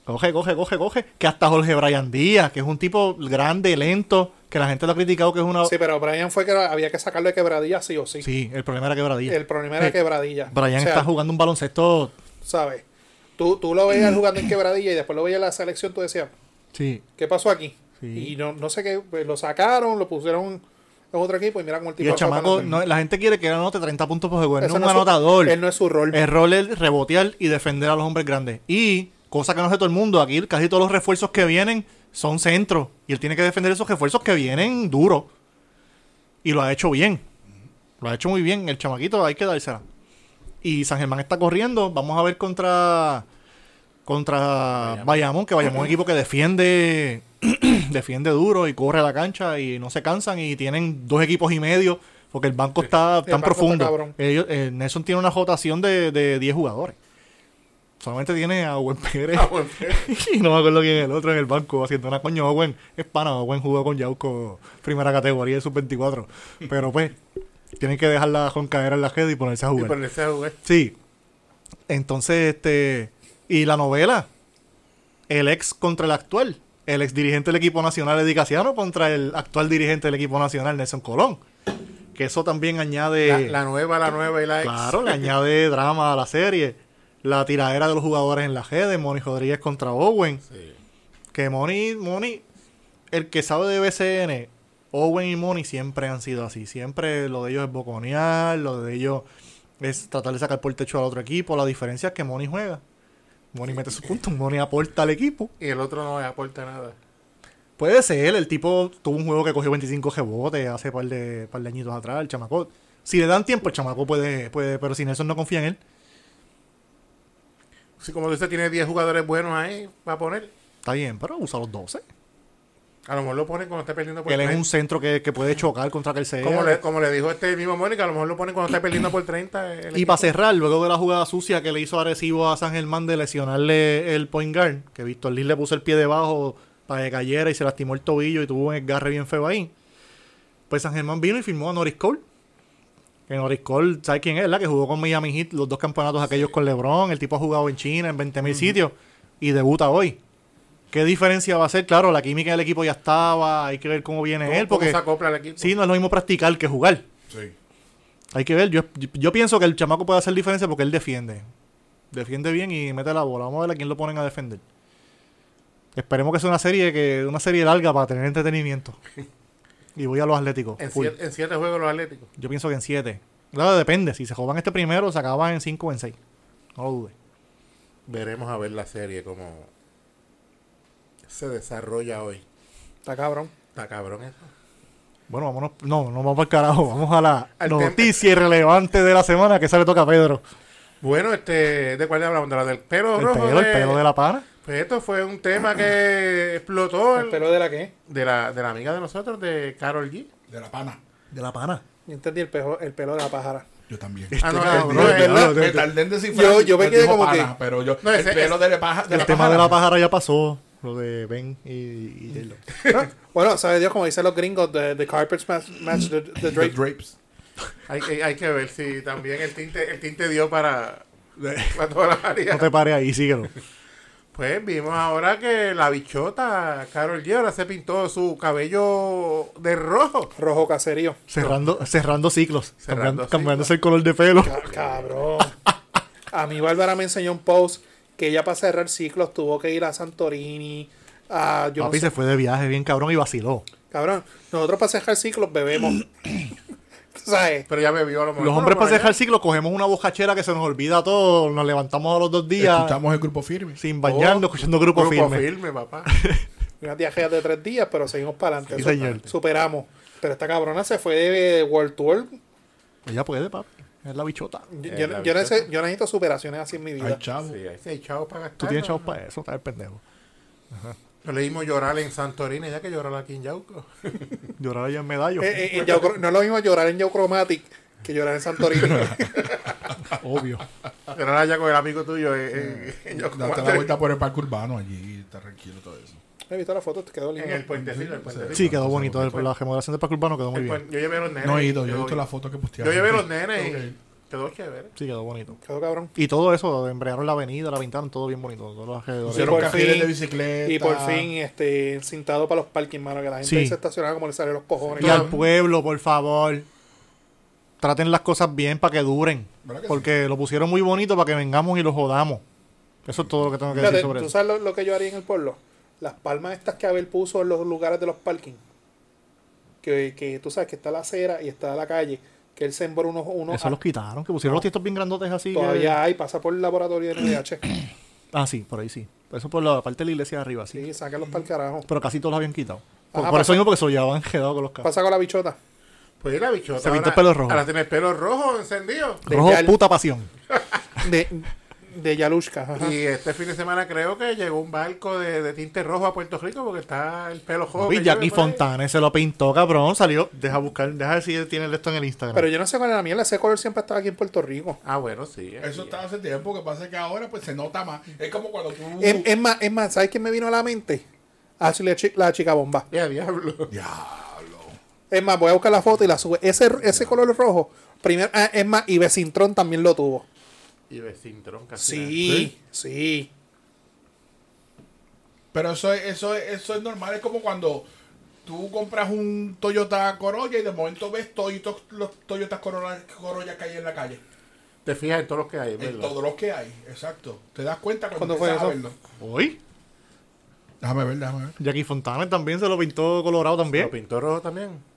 S1: Coge, coge, coge, coge. Que hasta Jorge Brian Díaz, que es un tipo grande, lento, que la gente lo ha criticado que es una...
S2: Sí,
S1: Sí,
S2: pero Brian fue que había que sacarlo de quebradilla, sí o sí.
S1: el problema era quebradilla.
S2: El problema era
S1: Sí.
S2: quebradilla.
S1: Brian
S2: O sea,
S1: está jugando un baloncesto...
S2: ¿Sabes? Tú, tú lo
S1: Mm.
S2: veías jugando en quebradilla y después lo veías en la selección, tú decías,
S1: Sí.
S2: ¿qué pasó aquí?
S1: Sí.
S2: Y no, no sé qué, pues, lo sacaron, lo pusieron en otro equipo y mira cómo el tipo
S1: Y el
S2: está
S1: chamaco,
S2: jugando.
S1: no, la gente quiere que él anote 30 puntos por juego. Él
S2: Ese
S1: no es
S2: no
S1: un
S2: es su-
S1: anotador. Eh.
S2: Él no es su rol.
S1: El rol es rebotear y defender a los hombres grandes. Y, cosa que no hace todo el mundo, aquí casi todos los refuerzos que vienen son centros. Y él tiene que defender esos refuerzos que vienen duro. Y lo ha hecho bien. Lo ha hecho muy bien. El chamaquito hay que dársela. Y San Germán está corriendo. Vamos a ver contra. Contra Bayamón, que Bayamón es un equipo que defiende defiende duro y corre a la cancha y no se cansan y tienen dos equipos y medio porque el banco está tan
S2: banco está
S1: profundo.
S2: cabrón.
S1: Ellos- eh, Nelson tiene una rotación de, de 10 jugadores. Solamente tiene a Owen Pérez
S3: Ah, bueno,
S1: y no me acuerdo quién es el otro en el banco haciendo una coño. Owen es pana, Owen jugó con Yauco primera categoría de sub-24. Pero pues, tienen que dejar la caer en la head y ponerse a
S3: y
S1: jugar.
S3: ponerse a jugar.
S1: Sí. Entonces, este. Y la novela. El ex contra el actual. El ex dirigente del equipo nacional, Eddie Casiano, contra el actual dirigente del equipo nacional, Nelson Colón. Que eso también
S3: La,
S1: añade.
S3: la nueva, la nueva y la ex.
S1: Eh. claro, le añade drama a la serie. La tiradera de los jugadores en la G de Moni Rodríguez contra Owen.
S3: Sí.
S1: Que Moni, Moni, el que sabe de BCN, Owen y Moni siempre han sido así. Siempre lo de ellos es boconear, lo de ellos es tratar de sacar por el techo al otro equipo. La diferencia es que Moni juega. Moni mete sus puntos, Moni aporta al equipo.
S3: Y el otro no le aporta nada.
S1: Puede ser, el tipo tuvo un juego que cogió 25 rebotes hace par de, par de añitos atrás, el chamaco. Si le dan tiempo, el chamaco puede, puede pero si Nelson no confía en él.
S3: Sí, como tú dices, tiene 10 jugadores buenos ahí para poner.
S1: Está bien, pero usa los 12.
S3: A lo mejor lo ponen cuando esté perdiendo por
S1: él es
S3: 30.
S1: un centro que, que puede chocar contra que sea.
S3: Como eh, le, como le dijo este mismo Mónica, a lo mejor lo ponen cuando esté perdiendo por 30. el
S1: Y
S3: equipo.
S1: para cerrar, luego de la jugada sucia que le hizo Arecibo a San Germán de lesionarle el point guard, que Víctor Liz le puso el pie debajo para que cayera y se lastimó el tobillo y tuvo un esgarre bien feo ahí. Pues San Germán vino y firmó a Norris Cole. Que Norris Cole, ¿sabes quién es? La que jugó con Miami Heat los dos campeonatos aquellos con LeBron. El tipo ha jugado en China en 20.000 sitios y debuta hoy. ¿Qué diferencia va a ser? Claro, la química del equipo ya estaba, hay que ver cómo viene
S3: ¿Cómo-
S1: él, porque
S3: cómo se acopla el equipo?
S1: sí, no es lo mismo practicar que jugar.
S4: Sí.
S1: Hay que ver. Yo, yo, yo pienso que el chamaco puede hacer diferencia porque él defiende. Defiende bien y mete la bola. Vamos a ver a quién lo ponen a defender. Esperemos que sea una serie que una serie larga para tener entretenimiento. Y voy a los Atléticos.
S3: En,
S1: Full.
S3: siete, en siete juegos los Atléticos.
S1: Yo pienso que en 7. Claro, depende. Si se jodan este primero, se acaban en 5 o en 6. No lo dudes.
S3: Veremos a ver la serie cómo se desarrolla hoy.
S2: Está cabrón.
S3: Está cabrón eso.
S1: Bueno, vámonos. No, no vamos al carajo. Vamos a la
S3: Al tema.
S1: noticia irrelevante de la semana que se le toca a Pedro.
S3: Bueno, este, ¿de cuál le hablamos? De la del pelo
S1: El
S3: rojo.
S1: pelo, el
S3: de-
S1: pelo de la pana.
S3: Pues esto fue un tema que explotó
S2: ¿El
S3: el-
S2: pelo de la qué?
S3: de, la, de la amiga de nosotros, de Carol G.
S4: De la pana.
S1: De la pana.
S2: Yo entendí el, pejo- el pelo de la pájara.
S4: Yo también.
S3: Ah,
S1: Este
S3: no, no,
S1: cabrón,
S3: no,
S4: No, es
S3: es-
S4: verdad,
S1: no,
S4: me
S1: no,
S4: tardé en descifrar.
S2: Yo- yo me
S4: Él
S2: quedé
S4: dijo
S2: como que-
S4: pana, pero yo,
S3: No,
S4: el
S3: ese-
S4: pelo de la paja. de
S1: El
S4: la
S1: tema
S4: pájara.
S1: de la pájara ya pasó. Lo de Ben y, y J-Lo.
S2: Bueno, sabe Dios, como dicen los gringos, the, the carpets match, match the, the
S4: The
S2: drape.
S4: drapes.
S3: Hay, que- hay que ver si también el tinte, el tinte dio para, para toda la área.
S1: No te pares ahí, síguelo.
S3: Pues vimos ahora que la bichota Carol G ahora se pintó su cabello de rojo.
S2: Rojo caserío.
S1: Cerrando, cerrando ciclos.
S3: Cerrando
S1: cambiando- cambiándose el color de pelo.
S2: Ca- Cabrón. A mí Bárbara me enseñó un post que ella para cerrar ciclos tuvo que ir a Santorini. A, yo no
S1: Papi
S2: sé.
S1: se fue de viaje bien cabrón y vaciló.
S2: Cabrón, nosotros para cerrar ciclos bebemos. ¿Tú ¿Sabes?
S3: Pero ya me vio a lo mejor.
S1: Los hombres
S3: Bueno,
S1: para
S3: ya-
S1: dejar ciclo cogemos una bocachera que se nos olvida todo, nos levantamos a los dos días
S4: Escuchamos el grupo firme.
S1: sin bañarnos, escuchando grupo, firme.
S3: papá.
S2: Una diarrea de tres días, pero seguimos para adelante.
S1: Sí,
S2: Eso-
S1: señor.
S2: Superamos. Pero esta cabrona se fue de World Tour.
S1: Ella puede, papi. Es la bichota.
S2: Yo,
S3: Eh,
S2: yo-
S3: la
S2: yo
S3: bichota.
S2: necesito, yo necesito superaciones así en mi vida.
S4: Oh, Ay, chavo.
S3: Sí, ahí sí hay chavos para gastar.
S1: Tú tienes
S3: ¿no?
S1: chavos para eso, tal pendejo.
S3: No le dimos llorar en Santorini, ya que llorar aquí en Yauco.
S1: Llorar allá en medallo.
S2: Eh, eh, en Yaucro- no es lo mismo llorar en Yauchromatic que llorar en Santorini.
S1: Obvio.
S3: Llorar allá con el amigo tuyo en, en- en Yauco.
S4: Date la vuelta por el parque urbano allí, está tranquilo todo eso.
S2: He visto la foto, te quedó
S3: En
S2: lindo.
S3: el puentecito, el puentecito.
S1: Sí, quedó bonito. El- la remodelación del parque urbano quedó muy
S3: El
S1: bien.
S3: puen- Yo llevé a los nenes.
S4: No he ido, yo he visto
S3: vi.
S4: la foto que
S3: Yo
S4: postearon.
S3: llevé a los nenes y
S4: Ok.
S3: quedó chévere.
S1: Sí, quedó bonito.
S2: Quedó cabrón.
S1: Y todo eso, embrearon la avenida, la pintaron, todo bien bonito. Todos los alrededores.
S4: Hicieron
S2: por
S4: carriles
S2: fin-
S4: de bicicleta.
S2: Y por fin, este, cintado para los parkings, mano, que la gente
S1: Sí.
S2: se estacionaba como le salió los cojones.
S1: Y al pueblo, por favor. Traten las cosas bien para que duren.
S4: ¿Verdad que
S1: porque lo pusieron muy bonito para que vengamos y lo jodamos. Eso es todo lo que tengo que
S2: Fíjate,
S1: decir sobre
S2: eh, ¿tú
S1: eso.
S2: sabes lo, lo que yo haría en el pueblo? Las palmas estas que Abel puso en los lugares de los parkings. Que, que tú sabes que está la acera y está la calle. Que él sembró unos... unos
S1: Eso los quitaron, que pusieron los tiestos bien grandotes así. que-
S2: todavía hay, pasa por el laboratorio de NDH.
S1: Ah, sí, por ahí sí. Eso por la parte de la iglesia de arriba, sí.
S2: sí, sácalos para el carajo.
S1: Pero casi todos los habían quitado. Por,
S2: Ajá,
S1: por eso
S2: pasa-
S1: mismo, porque se lo llevaban quedado con los carros.
S2: Pasa con la bichota.
S3: Pues la bichota.
S1: Se pintó
S3: ahora-
S1: pelo rojo.
S3: Ahora tiene el pelo rojo encendido.
S2: de
S1: Rojo,
S2: Gal.
S1: puta pasión.
S2: De, de Yalushka. ajá.
S3: Y este fin de semana creo que llegó un barco de, de tinte rojo a Puerto Rico porque está Oh, el pelo rojo.
S1: Y
S3: que
S1: Jackie
S3: llueve por ahí.
S1: Fontanes se lo pintó, cabrón. Salió. Deja buscar, deja ver si tiene esto en el Instagram.
S2: Pero yo no sé cuál era la mierda. Ese color siempre estaba aquí en Puerto Rico.
S3: Ah, bueno, sí.
S4: Eso
S3: aquí.
S4: está hace tiempo, que pasa que ahora pues se nota más. Es como cuando tú...
S2: Es, es más, es más, ¿sabes quién me vino a la mente? Ashley, la, chi- la chica bomba.
S3: Ya, diablo.
S4: Diablo.
S2: Es más, voy a buscar la foto y la sube. Ese, ese color rojo, primer, ah, es más, y Becintrón también lo tuvo.
S3: Y Vecintron casi.
S2: Sí, sí.
S4: Pero eso es, eso, es, eso es normal, es como cuando tú compras un Toyota Corolla y de momento ves todos los Toyota Corolla, Corolla que hay en la calle.
S3: Te fijas en todo lo que hay, ¿verdad?
S4: En todos los que hay, exacto. Te das cuenta
S2: ¿Cuándo
S4: cuando
S2: fue
S4: empiezas a
S2: eso?
S4: verlo.
S1: Uy,
S4: Déjame ver, déjame ver.
S1: Jackie Fontanes también se lo pintó colorado
S3: ¿Lo
S1: también.
S3: pintó rojo también?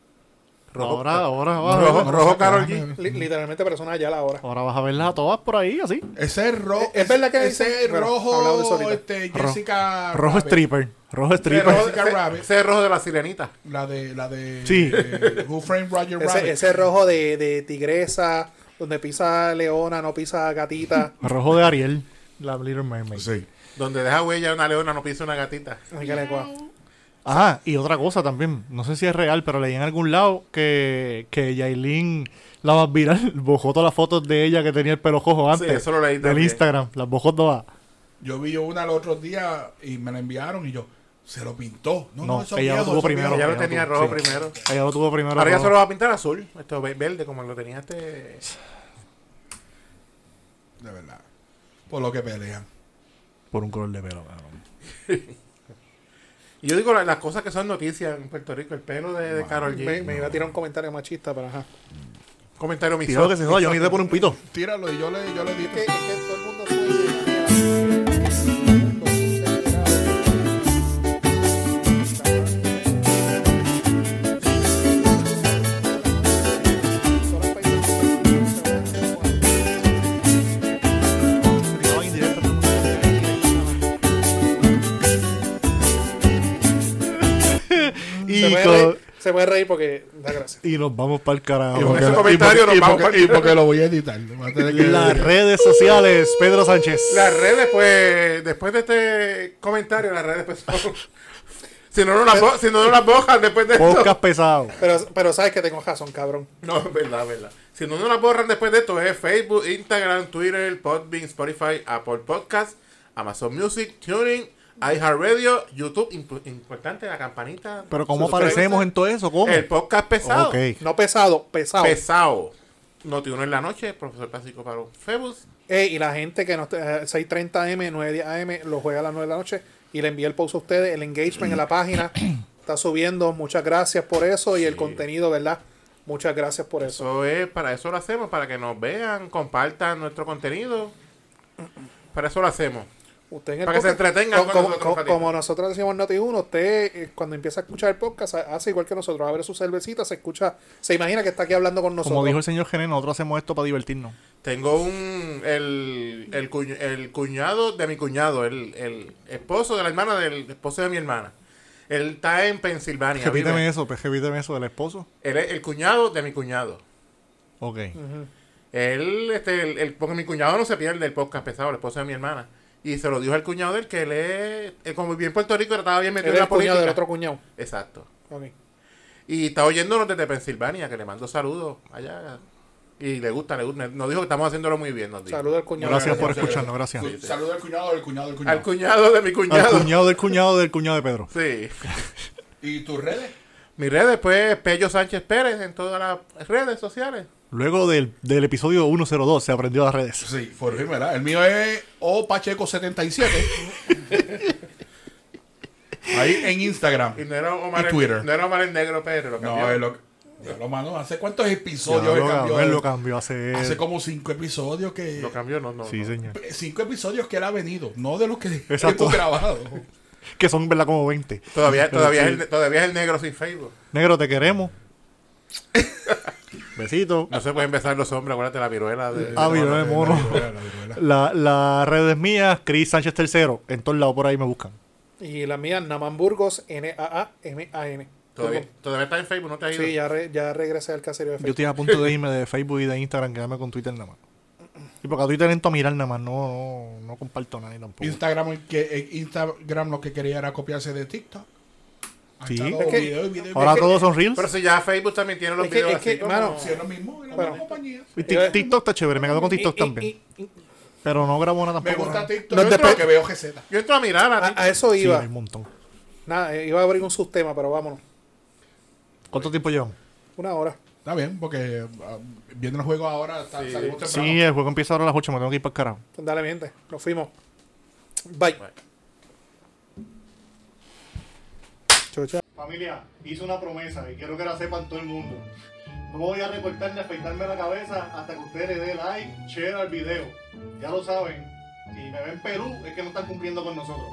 S1: Ahora, ahora,
S4: No,
S1: ahora.
S4: no,
S3: rojo,
S4: no,
S3: rojo
S4: no,
S3: Karol
S4: déjame
S3: G.
S4: ver.
S2: Li- literalmente personas ya la hora.
S1: Ahora vas a verlas a todas por ahí, así.
S4: Ese es rojo.
S2: Es- es verdad que
S4: ese
S2: dicen-
S4: es
S2: bueno, hablamos de eso
S4: rojo,
S2: ahorita.
S4: este,
S1: Ro-
S4: Jessica.
S1: Rojo
S4: Rabbit.
S1: stripper. Rojo
S3: Ese
S1: stripper.
S3: rojo,
S4: Jessica Rabbit.
S3: ese- ese rojo de la sirenita.
S4: La de. La de
S1: Sí.
S4: eh, Who Framed Roger Rabbit.
S2: Ese, ese rojo de, de tigresa, donde pisa leona, no pisa gatita.
S1: Rojo de Ariel. La Little Mermaid.
S4: Sí.
S3: Donde deja huella una leona, no pisa una gatita.
S2: Ay, qué lengua.
S1: Ah, y otra cosa también, no sé si es real, pero leí en algún lado que, que Yailin, la más viral, bojó todas las fotos de ella que tenía el pelo cojo antes.
S3: eso lo leí
S1: Del
S3: también.
S1: Instagram, las bojó todas.
S4: Yo vi una el otro día y me la enviaron y yo. Se lo pintó. No,
S1: No,
S4: no, eso
S1: ella lo
S4: viejo,
S1: tuvo
S4: eso
S1: primero.
S4: viejo.
S3: Ella lo
S1: ya
S3: tenía
S1: tú,
S3: rojo
S1: sí.
S3: primero.
S1: Ella lo tuvo primero.
S3: Ahora ya
S1: rojo.
S3: se lo va a pintar azul. Esto ve- verde, como lo tenía este.
S4: De verdad. Por lo que pelean.
S1: Por un color de pelo, cabrón.
S3: Y yo digo la- las cosas que son noticias en Puerto Rico. El pelo de, de Karol G.
S2: Me, me iba a tirar un comentario machista, pero ajá.
S3: Comentario
S1: Tira lo que
S3: misógino.
S1: se joda, yo ni le pone un pito.
S4: Tíralo y yo le, yo le di.
S2: Es que, es que todo el mundo sueña.
S1: Y,
S2: Se puede,
S1: co-
S2: reír, se puede reír porque da gracia.
S1: y nos vamos para el carajo.
S4: Y
S3: con
S4: porque-
S3: ese
S4: y
S3: comentario
S4: porque-
S3: nos
S4: y
S3: vamos
S4: porque-
S3: pa-
S4: y porque lo voy a editar. Va a tener que-
S1: Las redes sociales, Pedro Sánchez.
S3: Las redes, pues, después de este comentario, las redes empezaron. si no, no las, bo- si no, no las bojan después de esto.
S1: Podcast pesado.
S2: Pero, pero sabes que tengo razón, cabrón.
S3: No, es verdad, es verdad. Si no, no la borran después de esto. Es Facebook, Instagram, Twitter, Podbean, Spotify, Apple Podcast, Amazon Music, Tuning, iHeartRadio, YouTube. Imp- importante la campanita.
S1: Pero ¿cómo
S3: Suscríbete.
S1: aparecemos en todo eso? ¿Cómo?
S3: El podcast pesado.
S1: Ok.
S2: No pesado, pesado.
S3: Pesado. Noti uno en la noche, profesor Plástico para un Febus.
S2: Ey, y la gente que no está- eh, 6:30 am, 9:10 am, lo juega a las 9 de la noche y le envía el post a ustedes, el engagement en la página está subiendo. Muchas gracias por eso y el contenido, ¿verdad? Muchas gracias por eso.
S3: Eso es, para eso lo hacemos, para que nos vean, compartan nuestro contenido. Para eso lo hacemos.
S2: Usted en el
S3: Para que se
S2: podcast,
S3: entretengan
S2: co-
S3: con
S2: como,
S3: nosotros un
S2: co-
S3: ratito.
S2: como nosotros decimos en Noti1, usted eh, cuando empieza a escuchar el podcast ha- hace igual que nosotros, abre su cervecita, se escucha, se imagina que está aquí hablando con nosotros.
S1: Como dijo el señor Gené, nosotros hacemos esto para divertirnos.
S3: Tengo un. El, el, cuñ- el cuñado de mi cuñado, el, el esposo de la hermana del esposo de mi hermana. Él está en Pensilvania.
S1: Repíteme
S3: vive-
S1: eso, pues, repíteme eso del esposo.
S3: Él es el cuñado de mi cuñado.
S1: Ok.
S3: Él, este, el, el- porque mi cuñado no se pierde el podcast pesado, el esposo de mi hermana. Y se lo dijo al cuñado del que él es. él como vivía en Puerto Rico, él estaba bien
S2: Él
S3: metido
S2: es
S3: en la
S2: el cuñado
S3: política.
S2: del otro cuñado.
S3: Exacto.
S2: Ok.
S3: Y está oyéndonos desde Pensilvania, que le mando saludos allá. Y le gusta, le gusta. Nos dijo que estamos haciéndolo muy bien, nos dijo.
S2: Saludos al cuñado.
S1: Gracias por escucharnos, gracias.
S4: Cu- Saluda al cuñado, al cuñado, al cuñado.
S3: Al cuñado de mi
S1: Al
S3: cuñado.
S1: cuñado del cuñado del cuñado de Pedro.
S3: Sí.
S4: ¿Y tus redes?
S3: Mis redes, pues, Pello Sánchez Pérez en todas las redes sociales.
S1: Luego del, del episodio 102 se aprendió las redes.
S4: Sí, por fin, ¿verdad? El mío es O Pacheco77. Ahí en Instagram.
S3: Y no era Omar,
S4: Y
S3: el-
S4: Twitter.
S3: no era Omar el Negro Pérez, lo cambió.
S4: No, es lo, ya lo mano. ¿Hace cuántos
S1: Ya,
S4: episodios
S1: lo,
S4: él cambió?
S1: cambió, él lo cambió hace...
S4: Hace como cinco episodios que.
S3: Lo cambió, no, no.
S1: Sí,
S3: no.
S1: señor.
S4: Cinco episodios que él ha venido, no de los que
S1: Exacto.
S4: hemos grabado.
S1: Que son, ¿verdad? Como 20.
S3: Todavía,
S1: Pero
S3: todavía,
S1: sí.
S3: es el, todavía es el negro sin Facebook.
S1: Negro, te queremos. Besito.
S3: No se puede empezar los hombres, acuérdate la viruela de.
S1: Ah, mira, de
S4: eh,
S1: mono. La- Las redes mías, Chris Sánchez tercero en todos lados por ahí me buscan.
S2: Y la mía, Naman Burgos, N-A-A-M-A-N.
S3: Todavía, todavía está en Facebook, no te ha ido.
S2: Sí, ya, re- ya regresé al caserío de
S1: Yo
S2: Facebook.
S1: estoy a punto de irme de Facebook y de Instagram, quedarme con Twitter nada más. Y porque a Twitter entro a mirar nada más, no, no, no comparto nada tampoco.
S4: Instagram, el que, el Instagram lo que quería era copiarse de TikTok. Ahí
S1: Sí.
S4: está todo,
S2: Es que-
S4: video, video, video.
S1: Ahora todos son reels.
S3: Pero si ya Facebook también tiene los
S2: Es que-
S3: videos
S2: es que,
S3: así como-
S2: mano,
S4: Sí, es lo mismo, es la
S2: Bueno.
S4: misma compañía.
S1: Y Tik- TikTok está chévere, me quedo con TikTok
S2: Y- y-
S1: también.
S2: y- y-
S1: Pero no grabo nada
S4: Me
S1: tampoco.
S4: gusta
S1: nada.
S4: TikTok,
S2: No
S4: yo
S2: te
S4: creo
S2: pe-
S4: que veo GZ.
S3: Yo entro a mirar a,
S2: a, a eso
S1: Sí,
S2: iba.
S1: hay un montón.
S2: Nada, eh, iba a abrir un subtema, pero vámonos.
S1: ¿Cuánto tiempo llevamos?
S2: Una hora.
S4: Está bien, porque ah, viendo el juego ahora está, salimos temprano.
S1: Sí, el juego empieza ahora a las 8, me tengo que ir para el carajo.
S2: Dale, mi gente. Nos fuimos. Bye.
S3: Bye.
S2: Chau, chau.
S1: Familia, hice una promesa y quiero que la sepan todo el mundo. No voy a recortar ni afeitarme la cabeza hasta que ustedes le den like, share al video. Ya lo saben, si me ven Perú es que no están cumpliendo con nosotros.